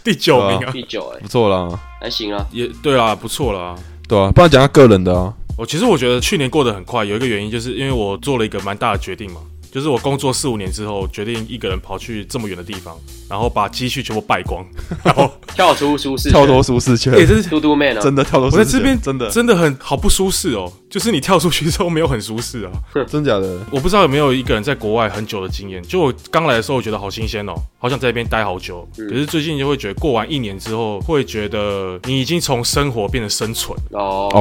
B: 第九名啊，
C: 第九哎，
A: 不错啦，
C: 还行啊。
B: 也对啦，不错啦。
A: 对啊，不然讲下个人的啊，
B: 我其实我觉得去年过得很快，有一个原因就是因为我做了一个蛮大的决定嘛，就是我工作四五年之后，决定一个人跑去这么远的地方，然后把积蓄全部败 光，然后
C: 跳出舒适圈，
A: 跳脱舒适圈，
B: 哎、这是
C: 嘟嘟 man 啊，
A: 真的跳脱舒
B: 我
A: 适
B: 在
A: 圈，
B: 这边
A: 真的
B: 真的很好不舒适哦，就是你跳出去之后没有很舒适啊。
A: 真假的，
B: 我不知道有没有一个人在国外很久的经验，就我刚来的时候，我觉得好新鲜哦，好想在那边待好久。哦
C: 嗯
B: 可是最近就会觉得过完一年之后，会觉得你已经从生活变成生存，
C: 哦
A: 哦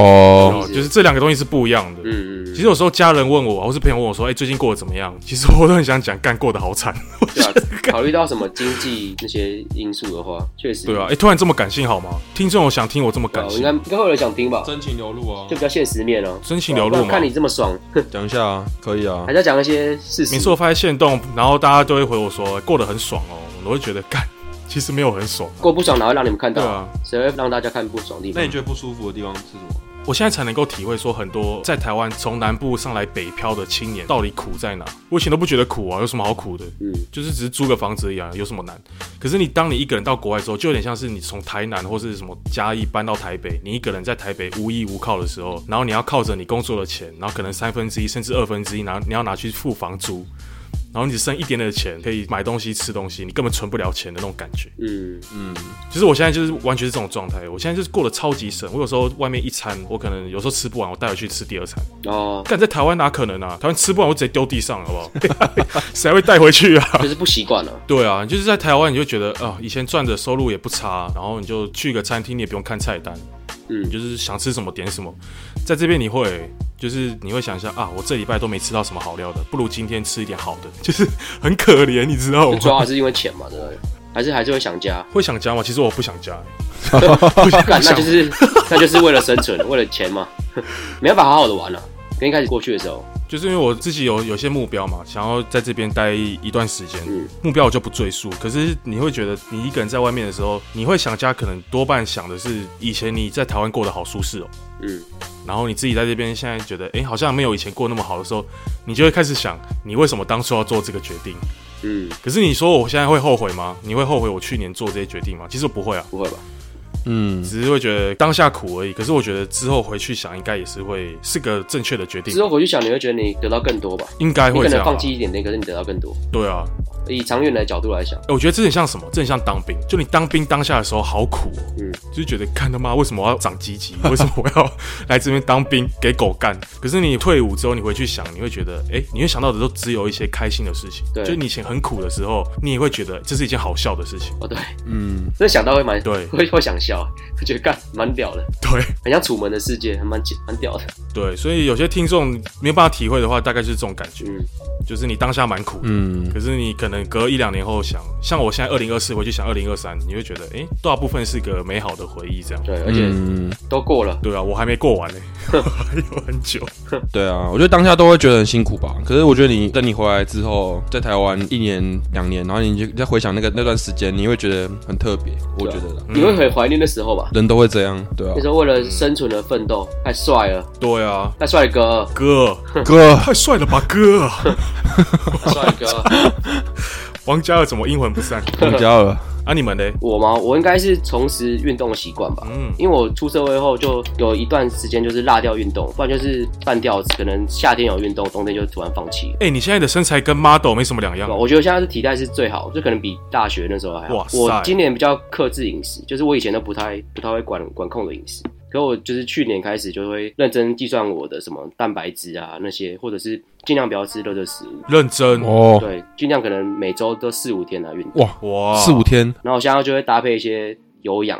B: 哦，就是这两个东西是不一样的。
C: 嗯嗯，
B: 其实有时候家人问我，或是朋友问我说：“哎、最近过得怎么样？”其实我都很想讲，干过得好惨，
C: 对啊，考虑到什么经济那些因素的话，确实
B: 对啊，哎、突然这么感性好吗？听众有想听我这么
C: 对啊，
B: 感
C: 我应
B: 性
C: 该，应该会有人想听吧，
A: 真情流露啊
C: 就比较现实面哦。
B: 真情流露
C: 不然
B: 吗
C: 看？你这么爽，
A: 讲一下啊，可以啊
C: 还，在讲一些事实。
B: 每次我发现线动，然后大家都会回我说：“过得很爽哦。”我都会觉得干，其实没有很爽。
C: 过不爽哪会让你们看
B: 对
C: 到？
B: 啊，
C: 谁会让大家看不爽的地
A: 那
C: 方
A: 你？觉得不舒服的地方是什么？
B: 我现在才能够体会说，很多在台湾从南部上来北漂的青年到底苦在哪。我以前都不觉得苦啊，有什么好苦的？
C: 嗯，
B: 就是只是租个房子一样，有什么难？可是你当你一个人到国外之后，就有点像是你从台南或是什么嘉义搬到台北，你一个人在台北无依无靠的时候，然后你要靠着你工作的钱，然后可能三分之一甚至二分之一拿你要拿去付房租，然后你只剩一点点的钱可以买东西吃东西，你根本存不了钱的那种感觉。
C: 嗯，
B: 其实我现在就是完全是这种状态，我现在就是过得超级省。我有时候外面一餐，我可能有时候吃不完，我带回去吃第二餐。
C: 哦，
B: 但在台湾哪可能啊？台湾吃不完我直接丢地上，好不好？ 谁还会带回去啊？
C: 就是不习惯了。
B: 对啊，就是在台湾，你就觉得啊、以前赚的收入也不差，然后你就去个餐厅，你也不用看菜单，
C: 嗯
B: 你就是想吃什么点什么。在这边你会，就是你会想一下啊，我这礼拜都没吃到什么好料的，不如今天吃一点好的，就是很可怜，你知道
C: 就
B: 吗？
C: 主要还是因为钱嘛，对不对？还是还是会想家，
B: 会想家吗？其实我不想家、
C: 干那就是那就是为了生存，为了钱嘛， 没办法好好的玩了、跟一开始过去的时候，
B: 就是因为我自己有有些目标嘛，想要在这边待一段时间，
C: 嗯
B: 目标我就不赘述。可是你会觉得，你一个人在外面的时候，你会想家，可能多半想的是以前你在台湾过得好舒适哦，
C: 嗯，
B: 然后你自己在这边现在觉得，哎，好像没有以前过那么好的时候，你就会开始想，你为什么当初要做这个决定？
C: 嗯，
B: 可是你说我现在会后悔吗？你会后悔我去年做这些决定吗？其实不会啊，
C: 不会吧？
A: 嗯，
B: 只是会觉得当下苦而已。可是我觉得之后回去想，应该也是会是个正确的决定
C: 之，后回去想，你会觉得你得到更多吧？
B: 应该
C: 你
B: 会
C: 可
B: 这
C: 能
B: 样啊、
C: 放弃一点点，可是你得到更多。
B: 对啊，
C: 以长远的角度来想，
B: 哎我觉得这很像什么？这很像当兵。就你当兵当下的时候好苦、哦，
C: 嗯
B: 就是觉得看他妈为什么我要长鸡鸡？为什么我要来这边当兵给狗干？可是你退伍之后，你回去想，你会觉得，哎、你会想到的都只有一些开心的事情。
C: 对
B: 就是你以前很苦的时候，你也会觉得这是一件好笑的事情。
C: 哦对，
A: 嗯，
C: 真的想到会蛮
B: 对
C: 会会想笑，我觉得干蛮屌的，
B: 对
C: 很像楚门的世界，还蛮蛮屌的，
B: 对，所以有些听众没有办法体会的话，大概就是这种感觉，
C: 嗯，
B: 就是你当下蛮苦的。
A: 嗯，
B: 可是你可能隔一两年后想，像我现在二零二四回去想二零二三，你会觉得，哎、大部分是个美好的回忆，这样。
C: 对，而且
A: 嗯
C: 都过了，
B: 对啊，我还没过完呢、还有很久。
A: 对啊，我觉得当下都会觉得很辛苦吧。可是我觉得你等你回来之后，在台湾一年两年，然后你就再回想那个那段时间，你会觉得很特别。我觉得啦
C: 你会很怀念那时候吧？
A: 人都会这样，对啊
C: 那。时候为了生存而奋斗，太帅了，
B: 对啊，
C: 太帅哥，
B: 哥，
A: 哥，
B: 太帅了吧，哥！
C: 太帅哥，
B: 王嘉尔怎么阴魂不散？
A: 你加了，
B: 啊，你们嘞？
C: 我吗？我应该是重拾运动的习惯吧。
B: 嗯，
C: 因为我出社会后就有一段时间就是落掉运动，不然就是半吊子，可能夏天有运动，冬天就突然放弃。
B: 哎、你现在的身材跟 model 没什么两样
C: 对吧。我觉得现在是体态是最好，就可能比大学那时候还好
B: 哇。塞
C: 我今年比较克制饮食，就是我以前都不太不太会管管控的饮食。可我就是去年开始就会认真计算我的什么蛋白质啊那些，或者是尽量不要吃热热食物，
B: 认真
A: 哦，
C: 对，尽量可能每周都四五天来啊运动。
A: 哇，
B: 哇，
A: 四五天，
C: 然后我现在就会搭配一些有氧，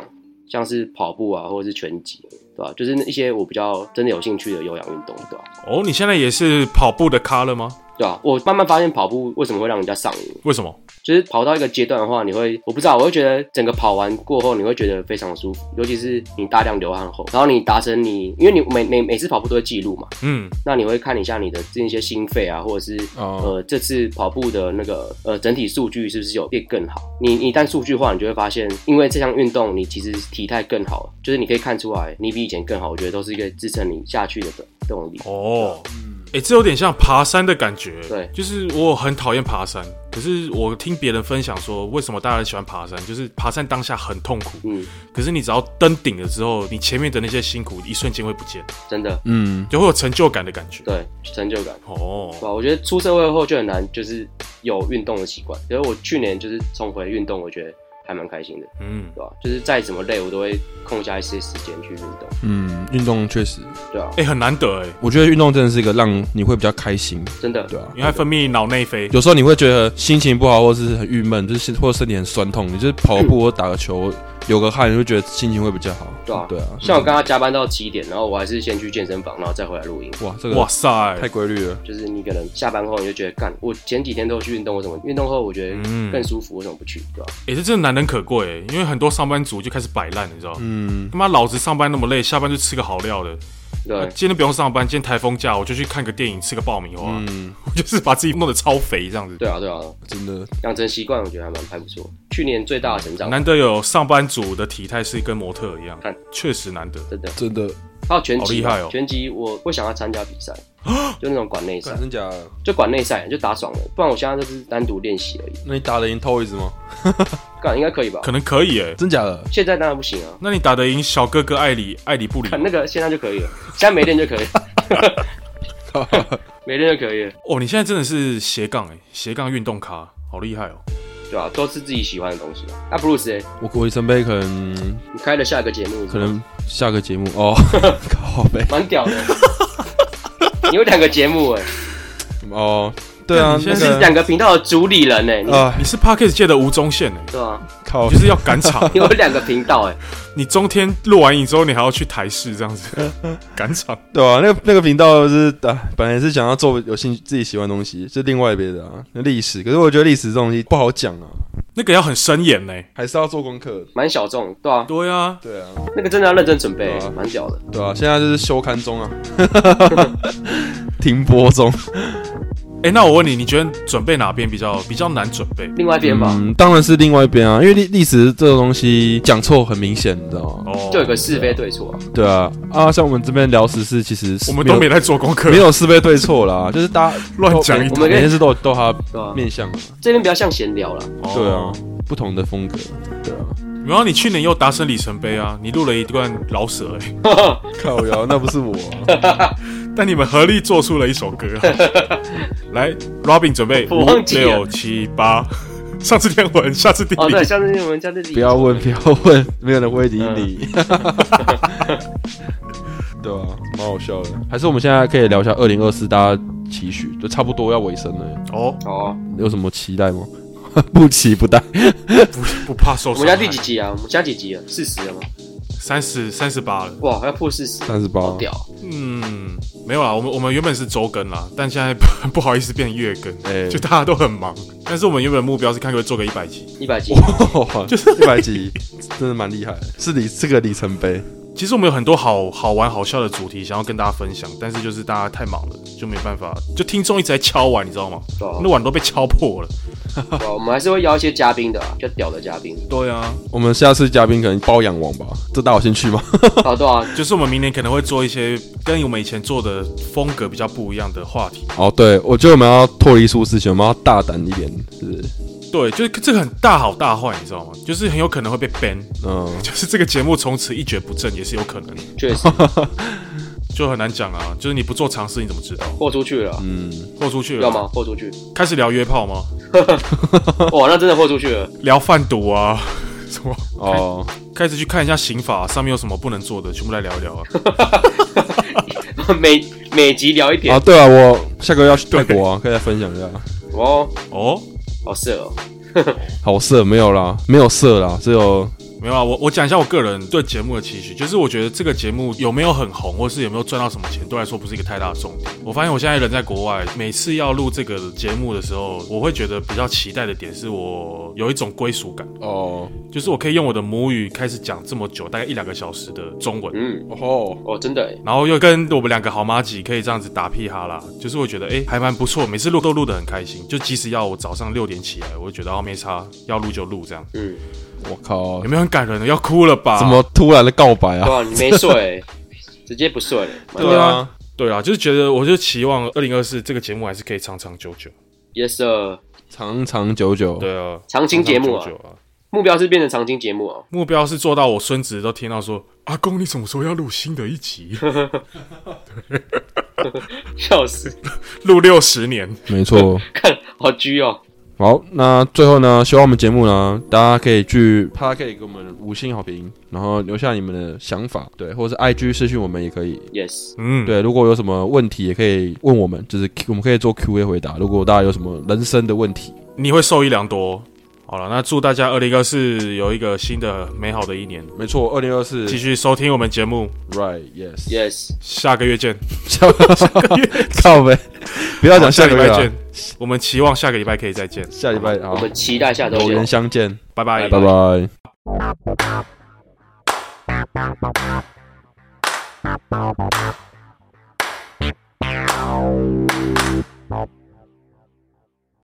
C: 像是跑步啊，或者是拳击，对吧、就是那一些我比较真的有兴趣的有氧运动，对吧、
B: 哦，你现在也是跑步的咖了吗？
C: 对吧、我慢慢发现跑步为什么会让人家上瘾，
B: 为什么？
C: 就是跑到一个阶段的话，你会我不知道，我会觉得整个跑完过后，你会觉得非常舒服，尤其是你大量流汗后，然后你达成你，因为你每每每次跑步都会记录嘛，
B: 嗯，
C: 那你会看一下你的这些心肺啊，或者是、
A: 哦
C: 呃这次跑步的那个呃整体数据是不是有变更好？你你一旦数据化，你就会发现，因为这项运动你其实体态更好了，就是你可以看出来你比以前更好，我觉得都是一个支撑你下去的动力。
B: 哦，哎、这有点像爬山的感觉。
C: 对
B: 就是我很讨厌爬山，可是我听别人分享说，为什么大家喜欢爬山，就是爬山当下很痛苦，
C: 嗯，
B: 可是你只要登顶了之后，你前面的那些辛苦一瞬间会不见，
C: 真的，
A: 嗯，
B: 就会有成就感的感觉。
C: 对成就感。
B: 哦，
C: 对吧？啊我觉得出社会后就很难，就是有运动的习惯。因为我去年就是重回运动，我觉得还蛮开心的，
B: 嗯，
C: 对吧？啊就是再怎么累，我都会空下一些时间去运动，
A: 嗯，运动确实，
C: 对啊
B: 哎、，很难得哎、
A: 我觉得运动真的是一个让你会比较开心，
C: 真的，
A: 对啊。
B: 你还分泌脑内啡，
A: 有时候你会觉得心情不好，或是很郁闷，就是或者身体很酸痛，你就是跑步或打个球，流个汗，你会觉得心情会比较好。
C: 对啊
A: 对啊，
C: 像我刚刚加班到七点，然后我还是先去健身房，然后再回来录音。
A: 哇，这个
B: 哇塞
A: 太，规律了。
C: 就是你可能下班后你就觉得，干，我前几天都去运动，为什么运动后我觉得
A: 嗯
C: 更舒服，为什么不去？对啊吧？
B: 也、欸、这真的难能可贵、欸，因为很多上班族就开始摆烂，你知道吗？
A: 嗯，
B: 他妈老子上班那么累，下班就吃个好料的。
C: 对，
B: 今天不用上班，今天台风假，我就去看个电影，吃个爆米花，
A: 嗯
B: 我就是把自己弄得超肥这样子。
C: 对啊，对啊，
A: 真的，
C: 养成习惯，我觉得还蛮还不错。去年最大的成
A: 嗯
C: 长，
B: 难得有上班族的体态是跟模特一样
C: 看，
B: 确实难得。
C: 真的。
A: 真的，
C: 还有拳
B: 好
C: 击
B: 厉害哦
C: 啊，拳击我会想要参加比赛，就那种馆内赛
A: 啊干，真假的？
C: 就管内赛，就打爽了。不然我现在都是单独练习而已，
A: 那你打得赢 Toys 吗？
C: 干应该可以吧
B: 可？能可以诶、
A: 真假 的？
C: 现在当然不行啊，
B: 那你打得赢小哥哥艾里艾里布里吗
C: 看那个现在就可以了，现在没练 就可以了，没练就可以了，
B: 哦？你现在真的是斜杠诶、斜杠运动咖，好厉害哦！
C: 对吧、都是自己喜欢的东西啊。那 Bruce，、欸、
A: 我我准备可能
C: 你开了下一个节目，
A: 可能下个节目 哦，靠呗
C: 蛮屌的。你有两个节目哎、
A: 哦，对啊，
B: 你
A: 那
B: 现在
C: 是
A: 个
C: 两个频道的主理人哎、你
A: 啊
B: 你是 Parkes 界的吴宗宪诶、
C: 对啊，，
A: 靠
B: 你就，是要赶场
C: 你有两个频道哎、
B: 你中天录完影之后，你还要去台视这样子赶场。
A: 对啊，那个那个频道是啊，本来是想要做有兴自己喜欢的东西，是另外别的啊，那历史，可是我觉得历史这种东西不好讲啊，
B: 那个要很深演呢、
A: 还是要做功课。
C: 蛮小众，对啊，
B: 对啊，
A: 对啊，
C: 那个真的要认真准备、
A: 对啊
C: 蛮屌的。
A: 对啊，现在就是休刊 中啊，停播中。
B: 哎、那我问你，你觉得准备哪边比较比较难准备？
C: 另外一边吧，
A: 嗯，当然是另外一边啊，因为历历史这个东西讲错很明显，你知道吗？
B: 哦，
C: 就有个是非对错啊，
A: 对啊，啊，像我们这边聊时事，其实是
B: 我们都没
A: 有
B: 在做功课，
A: 没有是非对错啦，就是大家
B: 乱讲一
A: 每
B: 通
C: 我们可以
A: 每件事都有都有它
C: 对啊，
A: 面向啊，
C: 这边比较像闲聊了，
B: 哦
A: 对啊，不同的风格，对啊，
B: 然后你去年又达成里程碑啊，你录了一段老舍、欸，
A: 靠呀，那不是我啊，
B: 但你们合力做出了一首歌。啊 来，Robin 准备
C: 我
B: 五
C: 忘记了
B: 六七八，上次天文，下次地
C: 哦，
B: 理，
C: 对，下次我们下次
A: 不要问，不要问，没有人会理你。
C: 嗯
A: 对啊，蛮好笑的。还是我们现在可以聊一下二零二四，大家期许，就差不多要尾声了，
B: 哦，
C: 哦。
A: 有什么期待吗？ 不期不待。
B: 不不怕受
C: 我
B: 伤
C: 们
B: 害。
C: 家第几集啊？我们家几集了？四十了吗？
B: 三十三十八了。
C: 哇，要破四十，
A: 三十八
C: 好，屌！
B: 嗯，没有啦，我们我们原本是周更啦，但现在不 不好意思变月更，
A: 哎
B: 就大家都很忙。但是我们原本的目标是看可不可以做个一百集。
C: 一百集，
A: 就是一百集，真的蛮厉害的，是里这个里程碑。
B: 其实我们有很多好好玩好笑的主题想要跟大家分享，但是就是大家太忙了，就没办法，就听众一直在敲碗，你知道吗？
C: 对啊
B: 那碗都被敲破了。
C: 哇我们还是会邀一些嘉宾的啊，比较屌的嘉宾。
B: 对啊，
A: 我们下次嘉宾可能包养王吧，这大家有兴趣吗？
C: 好，对啊，
B: 就是我们明年可能会做一些跟我们以前做的风格比较不一样的话题。
A: 哦，对，我觉得我们要脱离舒适圈，我们要大胆一点，是不是？
B: 对，就是这个很大好大坏，你知道吗？就是很有可能会被 ban，
A: 嗯，
B: 就是这个节目从此一蹶不振也是有可能，
C: 确实
B: 就很难讲啊。就是你不做尝试，你怎么知道？
C: 豁出去了 啊，
A: 嗯
B: 豁出去了，
C: 要吗？豁出去，
B: 开始聊约炮吗？
C: 哇，那真的豁出去了。
B: 聊贩毒啊， 什么？
A: 哦，
B: 开始去看一下刑法、啊上面有什么不能做的，全部来聊一 聊啊。
C: 每每集聊一
A: 啊，
C: 点
A: 对啊，我下个月要去泰国啊，可以再分享一下。
C: 哦，
B: 哦，
C: 好色哦，
A: 好色没有啦，没有色啦，只有
B: 没有啊，我我讲一下我个人对节目的期许，就是我觉得这个节目有没有很红，或是有没有赚到什么钱，对我来说不是一个太大的重点。我发现我现在人在国外，每次要录这个节目的时候，我会觉得比较期待的点是我有一种归属感，
A: 哦
B: 就是我可以用我的母语开始讲这么久，大概一两个小时的中文。
C: 嗯，
A: 哦，
C: 哦，真的欸，
B: 然后又跟我们两个好妈吉可以这样子打屁哈啦，就是我觉得哎、诶还蛮不错，每次录都录得很开心。就即使要我早上六点起来，我就觉得哦没差，要录就录这样。
C: 嗯，
A: 我靠
B: 有，没有很感人的？要哭了吧？
A: 怎么突然的告白
C: 对
A: 啊？
C: 啊，你没睡欸， 直接不睡了，
B: 对啊，对啊，就是觉得我就期望二零二四这个节目还是可以长长久久。
C: ，yes sir，
A: 长长久久，
B: 对啊，
C: 长青节目啊
B: 长长久久啊。
C: 目标是变成长青节目哦，
B: 目标是做到我孙子都听到说：“阿公，你什么时候要录新的一集？
C: 笑死，
B: 录六十年。
A: 没错。
C: 看好狙哦，
A: 好，那最后呢，希望我们节目呢，大家可以去，大家可以给我们五星好评，然后留下你们的想法，对，或者是 IG 私讯我们也可以。
C: ，yes，”
B: 嗯，，
A: 对，如果有什么问题也可以问我们，就是 Q- 我们可以做 Q&A 回答。如果大家有什么人生的问题，
B: 你会受益良多。哦好了，那祝大家二零二四有一个新的美好的一年，
A: 没错，二零二四
B: 继续收听我们节目，
A: ，right yes，
C: yes，
B: 下个月见。
A: 下个月 靠呗，不要
B: 好
A: 讲
B: 下
A: 下个
B: 礼
A: 月
B: 拜
A: 啊
B: 见，，我们期望下个礼拜可以再见，
A: 下礼拜好，
C: 我们期待下周
A: 有
C: 见
A: 缘。相见，
B: 拜拜
A: 拜
C: 拜
A: 拜。